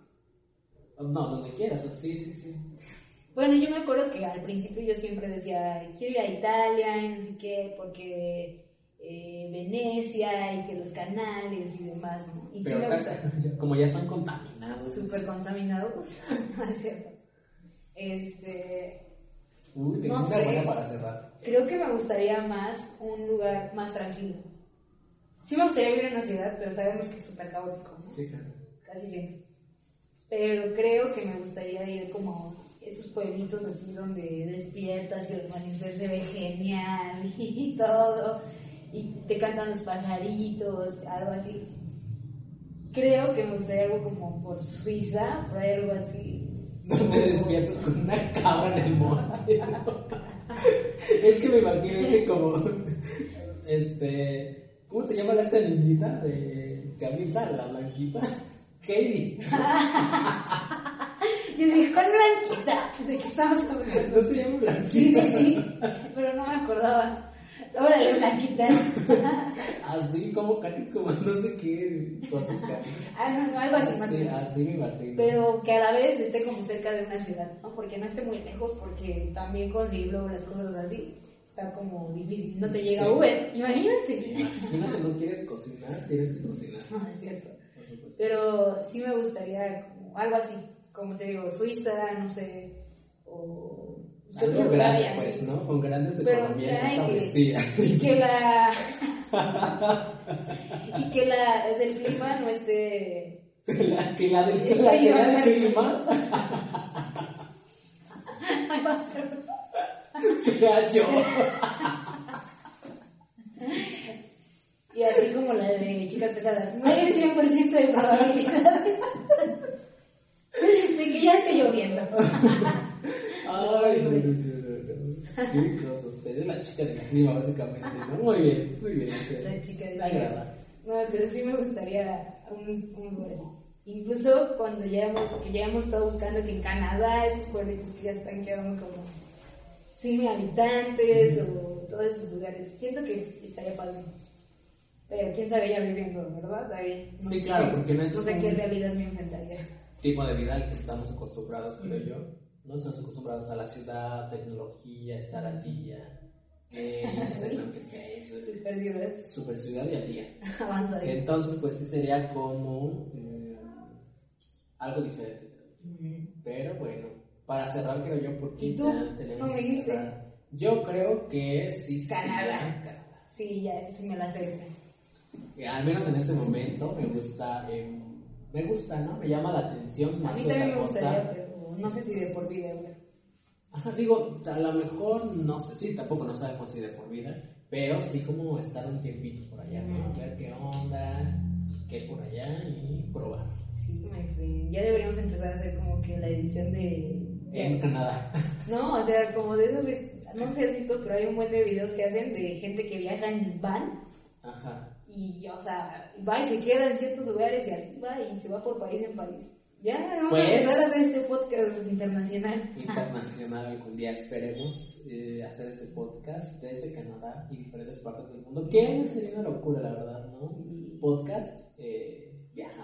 [SPEAKER 3] No, donde quieras, o sí, sí, sí.
[SPEAKER 2] Bueno, yo me acuerdo que al principio yo siempre decía, quiero ir a Italia y no sé qué, porque eh, Venecia y que los canales y demás, ¿no? Y sí
[SPEAKER 3] Pero
[SPEAKER 2] me
[SPEAKER 3] acá- [laughs]
[SPEAKER 2] gusta.
[SPEAKER 3] como ya están contaminados.
[SPEAKER 2] Súper [laughs] contaminados, ¿no es cierto? Este,
[SPEAKER 3] Uy, tengo
[SPEAKER 2] no
[SPEAKER 3] una
[SPEAKER 2] sé.
[SPEAKER 3] buena para cerrar.
[SPEAKER 2] creo que me gustaría más un lugar más tranquilo. Sí me gustaría vivir en una ciudad, pero sabemos que es súper caótico, ¿no?
[SPEAKER 3] Sí, claro.
[SPEAKER 2] Casi siempre. Pero creo que me gustaría ir como a esos pueblitos así donde despiertas y el amanecer se ve genial [laughs] y todo. Y te cantan los pajaritos, algo así. Creo que me gustaría algo como por Suiza, por ahí algo así.
[SPEAKER 3] Donde despiertas con una cabra en el monte. [laughs] es que me imagino que como. [laughs] Este. ¿Cómo se llama la esta niñita de Camila, la blanquita? Katie.
[SPEAKER 2] Yo dije, ¿cuál blanquita? ¿De qué estamos hablando?
[SPEAKER 3] [laughs] No se llama blanquita.
[SPEAKER 2] Sí, sí, sí, pero no me acordaba. Órale, blanquita.
[SPEAKER 3] Así como Katy, como no sé qué. Entonces,
[SPEAKER 2] Ah, Algo así más o
[SPEAKER 3] sí,
[SPEAKER 2] menos.
[SPEAKER 3] así me imagino.
[SPEAKER 2] pero que a la vez esté como cerca de una ciudad, ¿no? Porque no esté muy lejos, porque también conseguir luego las cosas así está como difícil. No te llega
[SPEAKER 3] Sí.
[SPEAKER 2] Uber, imagínate. [laughs]
[SPEAKER 3] Imagínate, no quieres cocinar, tienes que cocinar.
[SPEAKER 2] No, es cierto.
[SPEAKER 3] Por supuesto.
[SPEAKER 2] Pero sí me gustaría como algo así, como te digo, Suiza, no sé, o... yo
[SPEAKER 3] Algo
[SPEAKER 2] creo que
[SPEAKER 3] grande,
[SPEAKER 2] vaya
[SPEAKER 3] pues,
[SPEAKER 2] así.
[SPEAKER 3] ¿no? Con grandes
[SPEAKER 2] Pero
[SPEAKER 3] economías
[SPEAKER 2] ay, que-
[SPEAKER 3] establecidas.
[SPEAKER 2] [laughs] y que la... [laughs] y que la, es el clima no esté...
[SPEAKER 3] [laughs] La que la de
[SPEAKER 2] Sí,
[SPEAKER 3] la que
[SPEAKER 2] o
[SPEAKER 3] la
[SPEAKER 2] sea,
[SPEAKER 3] del clima
[SPEAKER 2] Ay, va a
[SPEAKER 3] [laughs]
[SPEAKER 2] ser-
[SPEAKER 3] sea yo.
[SPEAKER 2] Y así como la de chicas pesadas, no hay un 100% de probabilidad de que ya esté lloviendo.
[SPEAKER 3] Ay, no, no, no, no. Qué cosas. Eres la chica de la clima, básicamente. ¿no? Muy bien, muy bien. ok.
[SPEAKER 2] La chica de
[SPEAKER 3] Me agrada.
[SPEAKER 2] No, pero sí me gustaría un, un lugar así. Incluso cuando ya hemos, que ya hemos estado buscando que en Canadá esos pueblitos que ya están quedando como sin habitantes o todos esos lugares, siento que es- estaría padre. Pero quién sabe ya viviendo, ¿verdad? Ahí,
[SPEAKER 3] Sí, claro, porque no es
[SPEAKER 2] No sé qué
[SPEAKER 3] un-
[SPEAKER 2] realidad me enfrentaría.
[SPEAKER 3] Tipo de vida al que estamos acostumbrados, creo yo. No estamos acostumbrados a la ciudad, tecnología, estar al día.
[SPEAKER 2] [laughs]
[SPEAKER 3] eh, Instagram, que Facebook.
[SPEAKER 2] Super ciudad
[SPEAKER 3] Super ciudad y al día.
[SPEAKER 2] [laughs] avanza ahí.
[SPEAKER 3] Entonces, pues sí sería como eh, algo diferente. Pero bueno, para cerrar, creo yo, porque
[SPEAKER 2] ¿Y tú?
[SPEAKER 3] ya tenemos.
[SPEAKER 2] ¿No me
[SPEAKER 3] que
[SPEAKER 2] dijiste?
[SPEAKER 3] cerrar. Yo creo que sí. sería
[SPEAKER 2] Canadá.
[SPEAKER 3] Canadá.
[SPEAKER 2] Sí, ya, eso sí me la sé.
[SPEAKER 3] Eh, Al menos en este momento me gusta. eh, me gusta, ¿no? Me llama la atención
[SPEAKER 2] A
[SPEAKER 3] más
[SPEAKER 2] mí
[SPEAKER 3] que
[SPEAKER 2] también
[SPEAKER 3] otra
[SPEAKER 2] me gustaría,
[SPEAKER 3] cosa.
[SPEAKER 2] pero no sé si de por vida, güey.
[SPEAKER 3] Ajá, digo, a lo mejor, no sé, sí, tampoco no sabemos si de por vida, pero sí como estar un tiempito por allá, ¿no? Ver qué onda, qué por allá y probar.
[SPEAKER 2] Sí, my friend. Ya deberíamos empezar a hacer como que la edición de.
[SPEAKER 3] En Canadá.
[SPEAKER 2] No, o sea, como de esos. No sé si has visto, pero hay un buen de videos que hacen de gente que viaja en van
[SPEAKER 3] [laughs] Ajá.
[SPEAKER 2] y, o sea, va y se queda en ciertos lugares y así va y se va por país en país. Ya vamos a
[SPEAKER 3] Pues-
[SPEAKER 2] empezar a hacer este podcast internacional.
[SPEAKER 3] Internacional algún día esperemos eh, hacer este podcast desde Canadá y diferentes partes del mundo. Que sería una locura, la verdad, ¿no?
[SPEAKER 2] Sí.
[SPEAKER 3] Podcast eh, viajando.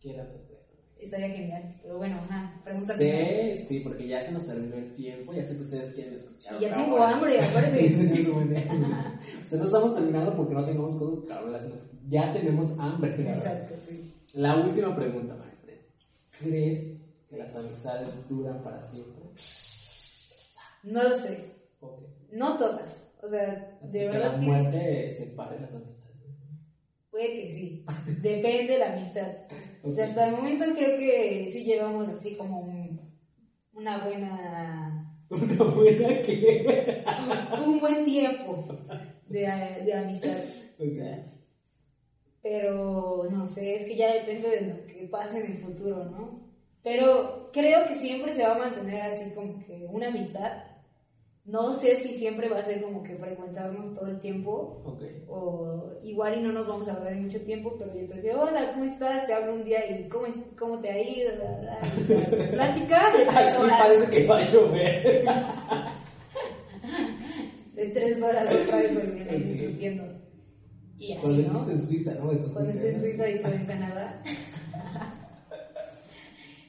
[SPEAKER 3] Qué gran sorpresa.
[SPEAKER 2] Estaría genial. Pero bueno, ajá, pregunta final.
[SPEAKER 3] Sí, sí, porque ya se nos terminó el tiempo. Ya sé que ustedes quieren escuchar.
[SPEAKER 2] Y ya
[SPEAKER 3] otra
[SPEAKER 2] tengo
[SPEAKER 3] hora.
[SPEAKER 2] hambre, aparte.
[SPEAKER 3] Es buena idea. [laughs] o sea, no estamos terminando porque no tenemos cosas que hablar. sino Ya tenemos hambre. la verdad.
[SPEAKER 2] Exacto, sí.
[SPEAKER 3] La última pregunta, Manfred. ¿Crees que las amistades duran para siempre?
[SPEAKER 2] No lo sé.
[SPEAKER 3] ¿O qué?
[SPEAKER 2] No todas. O sea, de
[SPEAKER 3] Así que la
[SPEAKER 2] verdad tienes
[SPEAKER 3] muerte separe las amistades.
[SPEAKER 2] Puede que sí, depende de la amistad. O sea,
[SPEAKER 3] Ok.
[SPEAKER 2] hasta el momento creo que sí llevamos así como un- una buena, [laughs]
[SPEAKER 3] Una buena que.
[SPEAKER 2] un buen tiempo de, de amistad.
[SPEAKER 3] Ok.
[SPEAKER 2] Pero no sé, es que ya depende de lo que pase en el futuro, ¿no? Pero creo que siempre se va a mantener así como que una amistad. No sé si siempre va a ser como que frecuentarnos todo el tiempo,
[SPEAKER 3] Ok.
[SPEAKER 2] o igual y no nos vamos a hablar en mucho tiempo, pero yo te decía, hola, ¿cómo estás? Te hablo un día y ¿cómo, es- cómo te ha ido? Bla, bla, bla.
[SPEAKER 3] [laughs]
[SPEAKER 2] Plática de tres
[SPEAKER 3] Aquí parece
[SPEAKER 2] horas,
[SPEAKER 3] que va a llover.
[SPEAKER 2] de tres horas otra vez volviendo y
[SPEAKER 3] Ok.
[SPEAKER 2] discutiendo. Y así,
[SPEAKER 3] Cuando
[SPEAKER 2] ¿no?
[SPEAKER 3] estés en Suiza, ¿no? Eso
[SPEAKER 2] Cuando estés en
[SPEAKER 3] sucede.
[SPEAKER 2] Suiza y tú en Canadá. [laughs]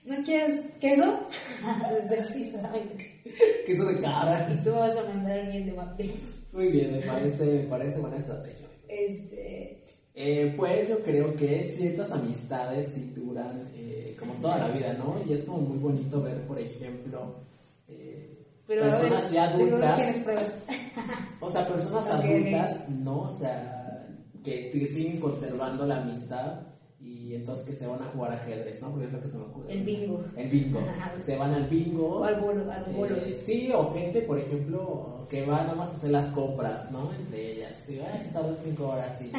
[SPEAKER 2] ¿No quieres queso? [laughs] Desde Suiza. ay.
[SPEAKER 3] Queso de cara.
[SPEAKER 2] Y tú me vas a mandar bien de mate.
[SPEAKER 3] Muy bien, me parece, me parece buena estrategia.
[SPEAKER 2] Este,
[SPEAKER 3] Eh, pues yo creo que ciertas amistades sí duran eh, como toda la vida, ¿no? Y es como muy bonito ver, por ejemplo, eh,
[SPEAKER 2] pero a ver,
[SPEAKER 3] personas ya
[SPEAKER 2] tengo-
[SPEAKER 3] adultas.
[SPEAKER 2] ¿tienes pruebas?
[SPEAKER 3] O sea, personas
[SPEAKER 2] Ok, ok.
[SPEAKER 3] adultas, ¿no? O sea, que, que siguen conservando la amistad y entonces que se van a jugar ajedrez, ¿no? Porque es lo que se me ocurre.
[SPEAKER 2] El bingo.
[SPEAKER 3] El bingo.
[SPEAKER 2] Ajá.
[SPEAKER 3] se van al bingo.
[SPEAKER 2] O al bolo, a los
[SPEAKER 3] Eh,
[SPEAKER 2] bolos.
[SPEAKER 3] sí, o gente, por ejemplo, que va nada más a hacer las compras, ¿no? Entre ellas. Y va a estar cinco horas y,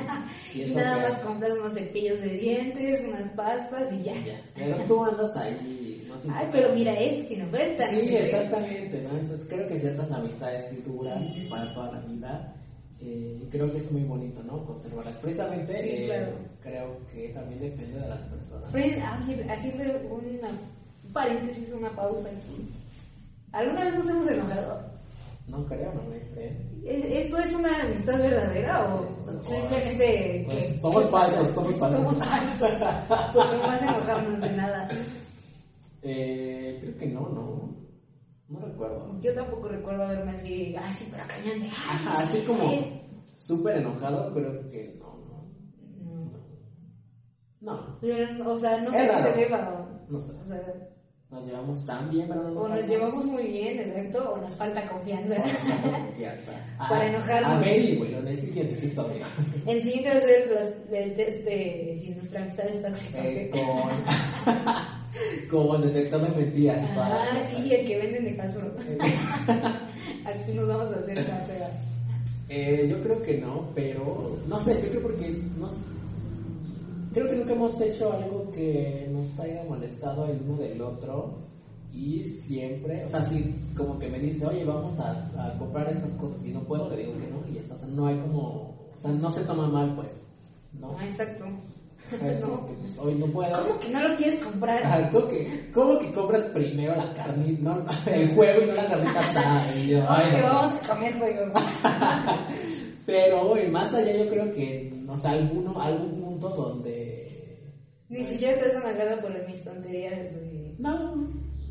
[SPEAKER 2] [laughs]
[SPEAKER 3] y
[SPEAKER 2] Y
[SPEAKER 3] es lo
[SPEAKER 2] nada
[SPEAKER 3] que
[SPEAKER 2] más
[SPEAKER 3] hace.
[SPEAKER 2] compras unos cepillos de dientes, unas pastas y ya.
[SPEAKER 3] Y ya. Pero tú andas ahí. No te
[SPEAKER 2] Ay,
[SPEAKER 3] importa.
[SPEAKER 2] pero mira, este tiene oferta. no sé
[SPEAKER 3] Sí,
[SPEAKER 2] qué.
[SPEAKER 3] exactamente, ¿no? Entonces creo que ciertas amistades sí duran para toda la vida. eh, y creo que es muy bonito, ¿no? Conservarlas. Precisamente,
[SPEAKER 2] Sí,
[SPEAKER 3] eh,
[SPEAKER 2] claro.
[SPEAKER 3] creo que también depende de las personas.
[SPEAKER 2] Fred, Ángel, haciendo una, un paréntesis, una pausa aquí. ¿Alguna vez nos hemos enojado?
[SPEAKER 3] No creo, no me creen.
[SPEAKER 2] ¿E- ¿Esto es una amistad verdadera o
[SPEAKER 3] Pues,
[SPEAKER 2] simplemente
[SPEAKER 3] pues,
[SPEAKER 2] que-
[SPEAKER 3] somos
[SPEAKER 2] que pasa?
[SPEAKER 3] falsos,
[SPEAKER 2] [laughs]
[SPEAKER 3] somos falsos.
[SPEAKER 2] Somos falsos. Porque no vas a enojarnos de nada.
[SPEAKER 3] Eh, creo que no, no. No recuerdo.
[SPEAKER 2] Yo tampoco recuerdo haberme así, ah, sí, pero cañón de ay,
[SPEAKER 3] Ajá, así
[SPEAKER 2] sí,
[SPEAKER 3] como
[SPEAKER 2] eh.
[SPEAKER 3] súper enojado, creo que no, no.
[SPEAKER 2] No.
[SPEAKER 3] No,
[SPEAKER 2] Pero, O sea, no sé
[SPEAKER 3] Es
[SPEAKER 2] qué se
[SPEAKER 3] raro.
[SPEAKER 2] deba. o-
[SPEAKER 3] no sé.
[SPEAKER 2] O sea,
[SPEAKER 3] Nos llevamos tan bien, pero no
[SPEAKER 2] O nos
[SPEAKER 3] enojarnos.
[SPEAKER 2] llevamos muy bien, exacto, o nos falta confianza. [laughs]
[SPEAKER 3] Confianza.
[SPEAKER 2] Para
[SPEAKER 3] Ah,
[SPEAKER 2] enojarnos.
[SPEAKER 3] A ver, bueno, en el siguiente episodio.
[SPEAKER 2] El siguiente va a ser los- el test de si nuestra amistad es tóxica.
[SPEAKER 3] Eh,
[SPEAKER 2] [laughs] ¿ok?
[SPEAKER 3] con, [laughs] con detector de mentiras.
[SPEAKER 2] Ah,
[SPEAKER 3] para-
[SPEAKER 2] sí, el que venden de casro. [laughs] Aquí nos vamos a hacer la pega.
[SPEAKER 3] [laughs] Eh, yo creo que no, pero no sé, yo creo porque es- nos, creo que nunca hemos hecho algo que nos haya molestado el uno del otro y siempre, o sea, si como que me dice, oye, vamos a, a comprar estas cosas y no puedo, le digo que no, y ya o sea, no hay como, o sea, no se toma mal, pues, ¿no?
[SPEAKER 2] Ah, exacto.
[SPEAKER 3] O sea, es como que pues, hoy no puedo.
[SPEAKER 2] ¿Cómo que no lo quieres comprar?
[SPEAKER 3] Ajá, ¿Cómo que, ¿Cómo que compras primero la carne, no, [laughs] el juego y no la carnita asada? Y yo,
[SPEAKER 2] Ay,
[SPEAKER 3] ay,
[SPEAKER 2] que
[SPEAKER 3] no.
[SPEAKER 2] vamos a comer juego.
[SPEAKER 3] Pero y más allá yo creo que, o sea, alguno, algún punto donde...
[SPEAKER 2] [laughs] Ni siquiera te has halagado por mis tonterías de,
[SPEAKER 3] No,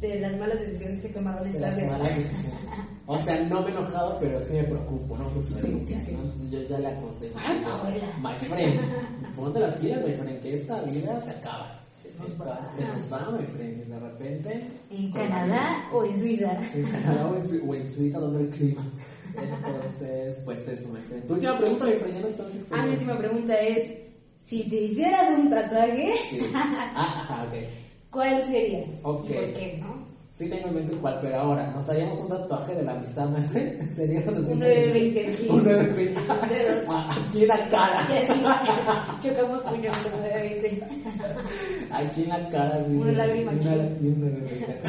[SPEAKER 2] de las malas decisiones que he tomado en
[SPEAKER 3] de
[SPEAKER 2] esta
[SPEAKER 3] las
[SPEAKER 2] semana.
[SPEAKER 3] malas decisiones. O sea, no me he enojado, pero sí me preocupo, ¿no? Pues,
[SPEAKER 2] Sí,
[SPEAKER 3] como
[SPEAKER 2] sí,
[SPEAKER 3] que,
[SPEAKER 2] sí.
[SPEAKER 3] ¿no? Entonces yo ya le aconsejo.
[SPEAKER 2] Ay,
[SPEAKER 3] digo,
[SPEAKER 2] Paola.
[SPEAKER 3] My friend, ponte las pilas, my friend, que esta vida se acaba. Se nos va, se nos va my friend, y de repente...
[SPEAKER 2] ¿En
[SPEAKER 3] con
[SPEAKER 2] Canadá o en Suiza?
[SPEAKER 3] la- En Canadá o en, Sui- o en Suiza, donde el clima. Entonces, pues eso, my friend. Tu última pregunta, my friend, ya me estás
[SPEAKER 2] Ah, mi
[SPEAKER 3] excediendo.
[SPEAKER 2] última pregunta es, si te hicieras un tatuaje,
[SPEAKER 3] Sí. Ah, ajá, ok.
[SPEAKER 2] ¿cuál sería?
[SPEAKER 3] Ok.
[SPEAKER 2] ¿Y por qué, no?
[SPEAKER 3] Sí tengo en mente cuál, pero ahora nos haríamos un tatuaje de la amistad, ¿no? [laughs] Sería
[SPEAKER 2] Un 920 aquí.
[SPEAKER 3] [laughs] Un 920.
[SPEAKER 2] En los dedos.
[SPEAKER 3] Ah, Aquí en la cara.
[SPEAKER 2] Y así [laughs] chocamos puños con 920.
[SPEAKER 3] Aquí en la cara, sí.
[SPEAKER 2] Una lágrima
[SPEAKER 3] Y
[SPEAKER 2] aquí.
[SPEAKER 3] y un 920.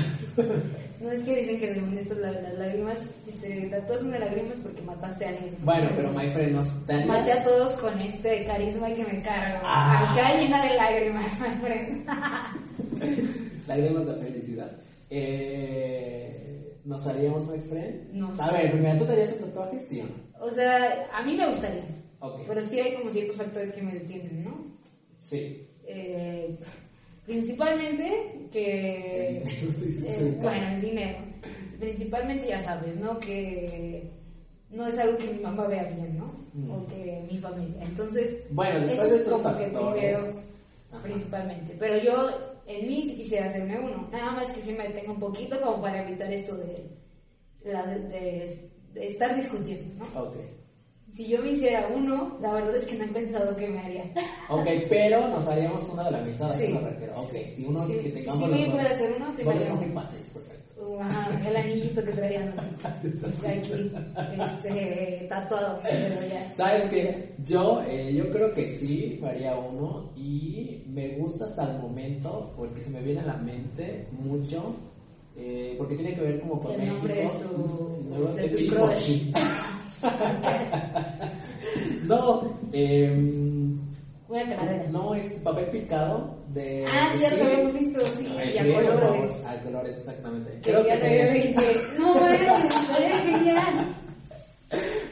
[SPEAKER 2] No es que dicen que según esto la- las lágrimas, este, si te tatúas una lágrima es porque mataste a alguien.
[SPEAKER 3] Bueno, pero my friend, nos darías-
[SPEAKER 2] Maté a todos con este carisma que me cargo.
[SPEAKER 3] Ah.
[SPEAKER 2] Acá llena de lágrimas, my friend. [laughs]
[SPEAKER 3] Lágrimas de felicidad. Eh, ¿Nos haríamos my friend?
[SPEAKER 2] No
[SPEAKER 3] A
[SPEAKER 2] sé.
[SPEAKER 3] ver, primero, ¿tú te harías un tatuaje, sí o no?
[SPEAKER 2] O sea, a mí me gustaría.
[SPEAKER 3] Ok.
[SPEAKER 2] Pero sí hay como ciertos factores que me detienen, ¿no?
[SPEAKER 3] Sí.
[SPEAKER 2] Eh, principalmente que... eh, bueno, el dinero. Principalmente ya sabes, ¿no? Que no es algo que mi mamá vea bien, ¿no?
[SPEAKER 3] Mm.
[SPEAKER 2] O que mi familia. Entonces,
[SPEAKER 3] Bueno, después
[SPEAKER 2] eso
[SPEAKER 3] de
[SPEAKER 2] es
[SPEAKER 3] estos
[SPEAKER 2] como que
[SPEAKER 3] factores.
[SPEAKER 2] primero,
[SPEAKER 3] Ajá.
[SPEAKER 2] principalmente. Pero yo en mí sí quisiera hacerme uno. Nada más que sí me detenga un poquito como para evitar esto de, la- de- de estar discutiendo, ¿no?
[SPEAKER 3] Ok.
[SPEAKER 2] Si yo me hiciera uno, la verdad es que no he pensado que me haría. [laughs]
[SPEAKER 3] Ok, pero nos haríamos una de la mesa, a
[SPEAKER 2] Sí.
[SPEAKER 3] eso me refiero. Ok, si uno
[SPEAKER 2] Sí,
[SPEAKER 3] que tengamos
[SPEAKER 2] sí,
[SPEAKER 3] los
[SPEAKER 2] sí,
[SPEAKER 3] dos-
[SPEAKER 2] puede ser uno, sí,
[SPEAKER 3] Vamos
[SPEAKER 2] vale.
[SPEAKER 3] a un empate, es perfecto.
[SPEAKER 2] Uh, ajá, el anillito que traían
[SPEAKER 3] [laughs]
[SPEAKER 2] aquí, este, tatuado, pero ya.
[SPEAKER 3] ¿Sabes qué? Yo, eh, yo creo que sí, haría uno y me gusta hasta el momento porque se me viene a la mente mucho. eh, porque tiene que ver como con
[SPEAKER 2] El
[SPEAKER 3] México.
[SPEAKER 2] nombre de
[SPEAKER 3] [laughs]
[SPEAKER 2] tu-
[SPEAKER 3] Luego,
[SPEAKER 2] de tu
[SPEAKER 3] y
[SPEAKER 2] crush.
[SPEAKER 3] por
[SPEAKER 2] [laughs]
[SPEAKER 3] ti. [laughs] no, em,
[SPEAKER 2] Una carrera.
[SPEAKER 3] no, es papel picado de.
[SPEAKER 2] Ah, sí, ya los
[SPEAKER 3] sí.
[SPEAKER 2] habíamos visto, sí,
[SPEAKER 3] Ay,
[SPEAKER 2] y a
[SPEAKER 3] sí, por favor,
[SPEAKER 2] colores.
[SPEAKER 3] A colores, exactamente.
[SPEAKER 2] Que
[SPEAKER 3] Creo
[SPEAKER 2] ya
[SPEAKER 3] que
[SPEAKER 2] se ve
[SPEAKER 3] sería-
[SPEAKER 2] 20. No, bueno, pues, estaría genial.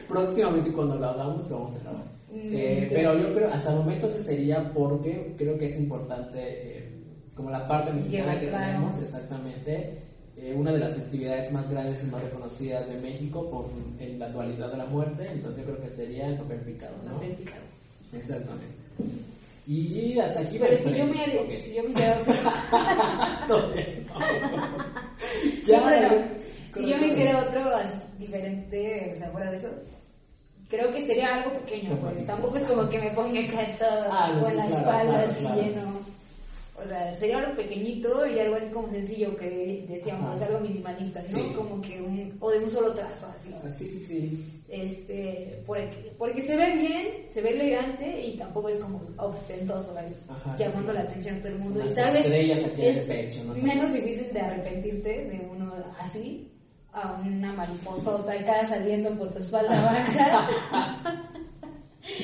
[SPEAKER 3] Próximamente cuando lo hagamos lo vamos a grabar.
[SPEAKER 2] Mm,
[SPEAKER 3] Eh,
[SPEAKER 2] ok.
[SPEAKER 3] pero yo creo, hasta el momento ese sería porque creo que es importante, eh, como la parte mexicana
[SPEAKER 2] Llevar
[SPEAKER 3] que
[SPEAKER 2] claro.
[SPEAKER 3] tenemos, exactamente, eh, una de las festividades más grandes y más reconocidas de México por en la dualidad de la muerte, entonces yo creo que sería el papel picado, ¿no?
[SPEAKER 2] Papel picado.
[SPEAKER 3] Exactamente. Y hasta aquí va
[SPEAKER 2] Pero
[SPEAKER 3] el
[SPEAKER 2] si yo
[SPEAKER 3] tren.
[SPEAKER 2] me haría,
[SPEAKER 3] Ok.
[SPEAKER 2] si yo me hiciera otro,
[SPEAKER 3] Todavía no.
[SPEAKER 2] sí,
[SPEAKER 3] [laughs]
[SPEAKER 2] pero
[SPEAKER 3] Corre,
[SPEAKER 2] si yo me
[SPEAKER 3] corre.
[SPEAKER 2] hiciera otro así diferente, o sea, fuera de eso, creo que sería algo pequeño, pues tampoco es como que me ponga acá todo
[SPEAKER 3] Ah, no,
[SPEAKER 2] con
[SPEAKER 3] sí,
[SPEAKER 2] la
[SPEAKER 3] claro,
[SPEAKER 2] espalda
[SPEAKER 3] claro,
[SPEAKER 2] así
[SPEAKER 3] claro.
[SPEAKER 2] lleno. O sea, sería algo pequeñito y algo así como sencillo que decíamos,
[SPEAKER 3] Ajá.
[SPEAKER 2] algo minimalista, ¿no?
[SPEAKER 3] Sí.
[SPEAKER 2] Como que un, o de un solo trazo así.
[SPEAKER 3] Sí, sí, sí.
[SPEAKER 2] Este, porque, porque se ve bien, se ve elegante y tampoco es como ostentoso, ¿vale?
[SPEAKER 3] Ajá, sí.
[SPEAKER 2] llamando la atención a todo el mundo.
[SPEAKER 3] Unas
[SPEAKER 2] y tal vez
[SPEAKER 3] estrellas aquí en el
[SPEAKER 2] es
[SPEAKER 3] pecho, no sé.
[SPEAKER 2] menos difícil de arrepentirte de uno así a una mariposota acá saliendo por tu espalda [laughs] baja.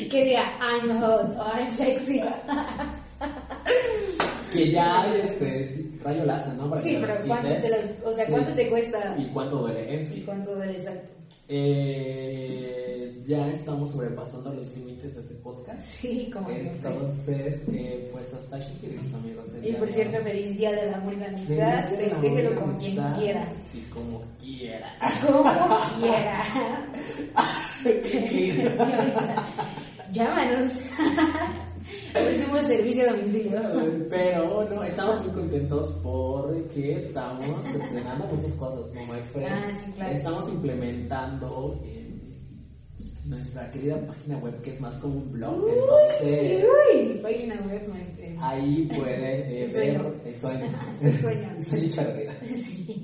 [SPEAKER 2] que diga, I'm hot o I'm sexy.
[SPEAKER 3] Que ya hay este sí, rayo láser, ¿no?
[SPEAKER 2] Sí,
[SPEAKER 3] que lo
[SPEAKER 2] pero ¿cuánto
[SPEAKER 3] quites.
[SPEAKER 2] te lo- o sea, cuánto te cuesta?
[SPEAKER 3] ¿Y cuánto duele? En
[SPEAKER 2] ¿Y
[SPEAKER 3] fin.
[SPEAKER 2] cuánto duele exacto?
[SPEAKER 3] Eh, ya estamos sobrepasando los límites de este podcast.
[SPEAKER 2] Sí, como siempre.
[SPEAKER 3] Entonces, eh, pues hasta aquí, queridos amigos. el
[SPEAKER 2] Y
[SPEAKER 3] día
[SPEAKER 2] por
[SPEAKER 3] de
[SPEAKER 2] cierto,
[SPEAKER 3] hoy.
[SPEAKER 2] feliz día del amor y la
[SPEAKER 3] Feliz
[SPEAKER 2] amistad.
[SPEAKER 3] día del amor y
[SPEAKER 2] Festéjelo
[SPEAKER 3] la
[SPEAKER 2] con quien
[SPEAKER 3] amistad.
[SPEAKER 2] quiera.
[SPEAKER 3] Y como quiera.
[SPEAKER 2] [laughs] Como quiera. Y
[SPEAKER 3] Qué
[SPEAKER 2] ahorita, Llámanos. [laughs] Ofrecemos servicio a domicilio.
[SPEAKER 3] Pero no, estamos muy contentos porque estamos estrenando muchas cosas, ¿no, my friend?
[SPEAKER 2] Ah, sí, claro.
[SPEAKER 3] Estamos implementando eh, nuestra querida página web que es más como un blog, entonces
[SPEAKER 2] Uy, uy, página web, my friend.
[SPEAKER 3] ahí pueden eh,
[SPEAKER 2] El
[SPEAKER 3] ver
[SPEAKER 2] sueño. [laughs]
[SPEAKER 3] el sueño.
[SPEAKER 2] El
[SPEAKER 3] [laughs]
[SPEAKER 2] sueño.
[SPEAKER 3] El sueño hecho realidad.
[SPEAKER 2] Sí.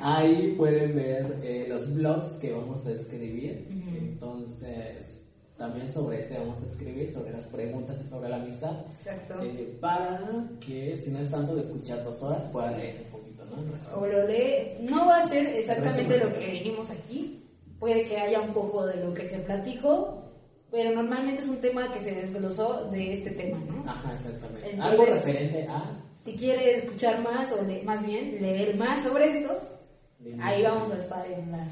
[SPEAKER 3] Ahí pueden ver eh, los blogs que vamos a escribir. Entonces, también sobre este vamos a escribir, sobre las preguntas y sobre la amistad.
[SPEAKER 2] Exacto.
[SPEAKER 3] Eh, para que si no es tanto de escuchar dos horas pueda leer un poquito, ¿no? Con razón.
[SPEAKER 2] o lo lee. No va a ser exactamente lo que dijimos aquí. Puede que haya un poco de lo que se platicó, pero normalmente es un tema que se desglosó de este tema, ¿no?
[SPEAKER 3] Ajá, exactamente.
[SPEAKER 2] Entonces-
[SPEAKER 3] Algo referente a.
[SPEAKER 2] Si quiere escuchar más, o le- más bien leer más sobre esto, ahí vamos a estar en la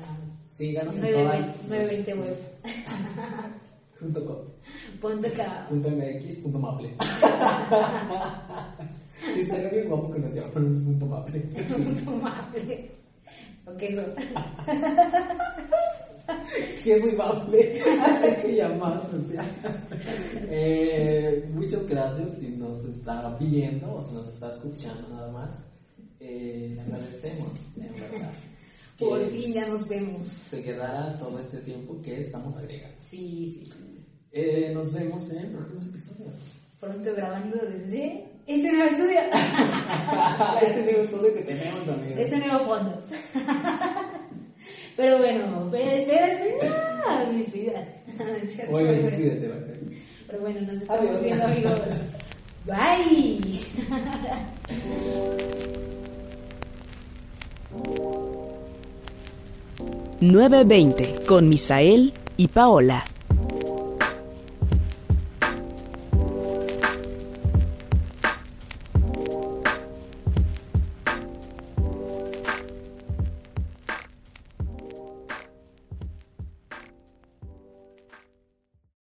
[SPEAKER 3] Síganos en toda-
[SPEAKER 2] 920 web.
[SPEAKER 3] Punto com.
[SPEAKER 2] Ponte acá.
[SPEAKER 3] Punto MX,
[SPEAKER 2] [laughs]
[SPEAKER 3] punto maple. y sería bien guapo que nos llamáramos punto maple. [laughs]
[SPEAKER 2] Punto maple. O queso.
[SPEAKER 3] que soy maple. [laughs] Así que llamamos, o sea. Eh, muchas gracias si nos está viendo o si nos está escuchando nada más. Eh, le agradecemos, en verdad. que
[SPEAKER 2] Por fin ya nos vemos.
[SPEAKER 3] Se quedará todo este tiempo que estamos agregando.
[SPEAKER 2] Sí, sí, sí.
[SPEAKER 3] Eh, nos vemos en próximos episodios.
[SPEAKER 2] Pronto grabando desde ese nuevo estudio,
[SPEAKER 3] [laughs] este nuevo estudio que tenemos también.
[SPEAKER 2] ese nuevo fondo. Pero bueno, pues, espera, espera, mi despedida. [laughs] Sí, hasta
[SPEAKER 3] Bueno,
[SPEAKER 2] luego.
[SPEAKER 3] despídete, Raquel.
[SPEAKER 2] Pero bueno, nos estamos
[SPEAKER 3] Adiós.
[SPEAKER 2] viendo,
[SPEAKER 3] [laughs]
[SPEAKER 2] amigos. Bye.
[SPEAKER 1] nueve 920 con Misael y Paola.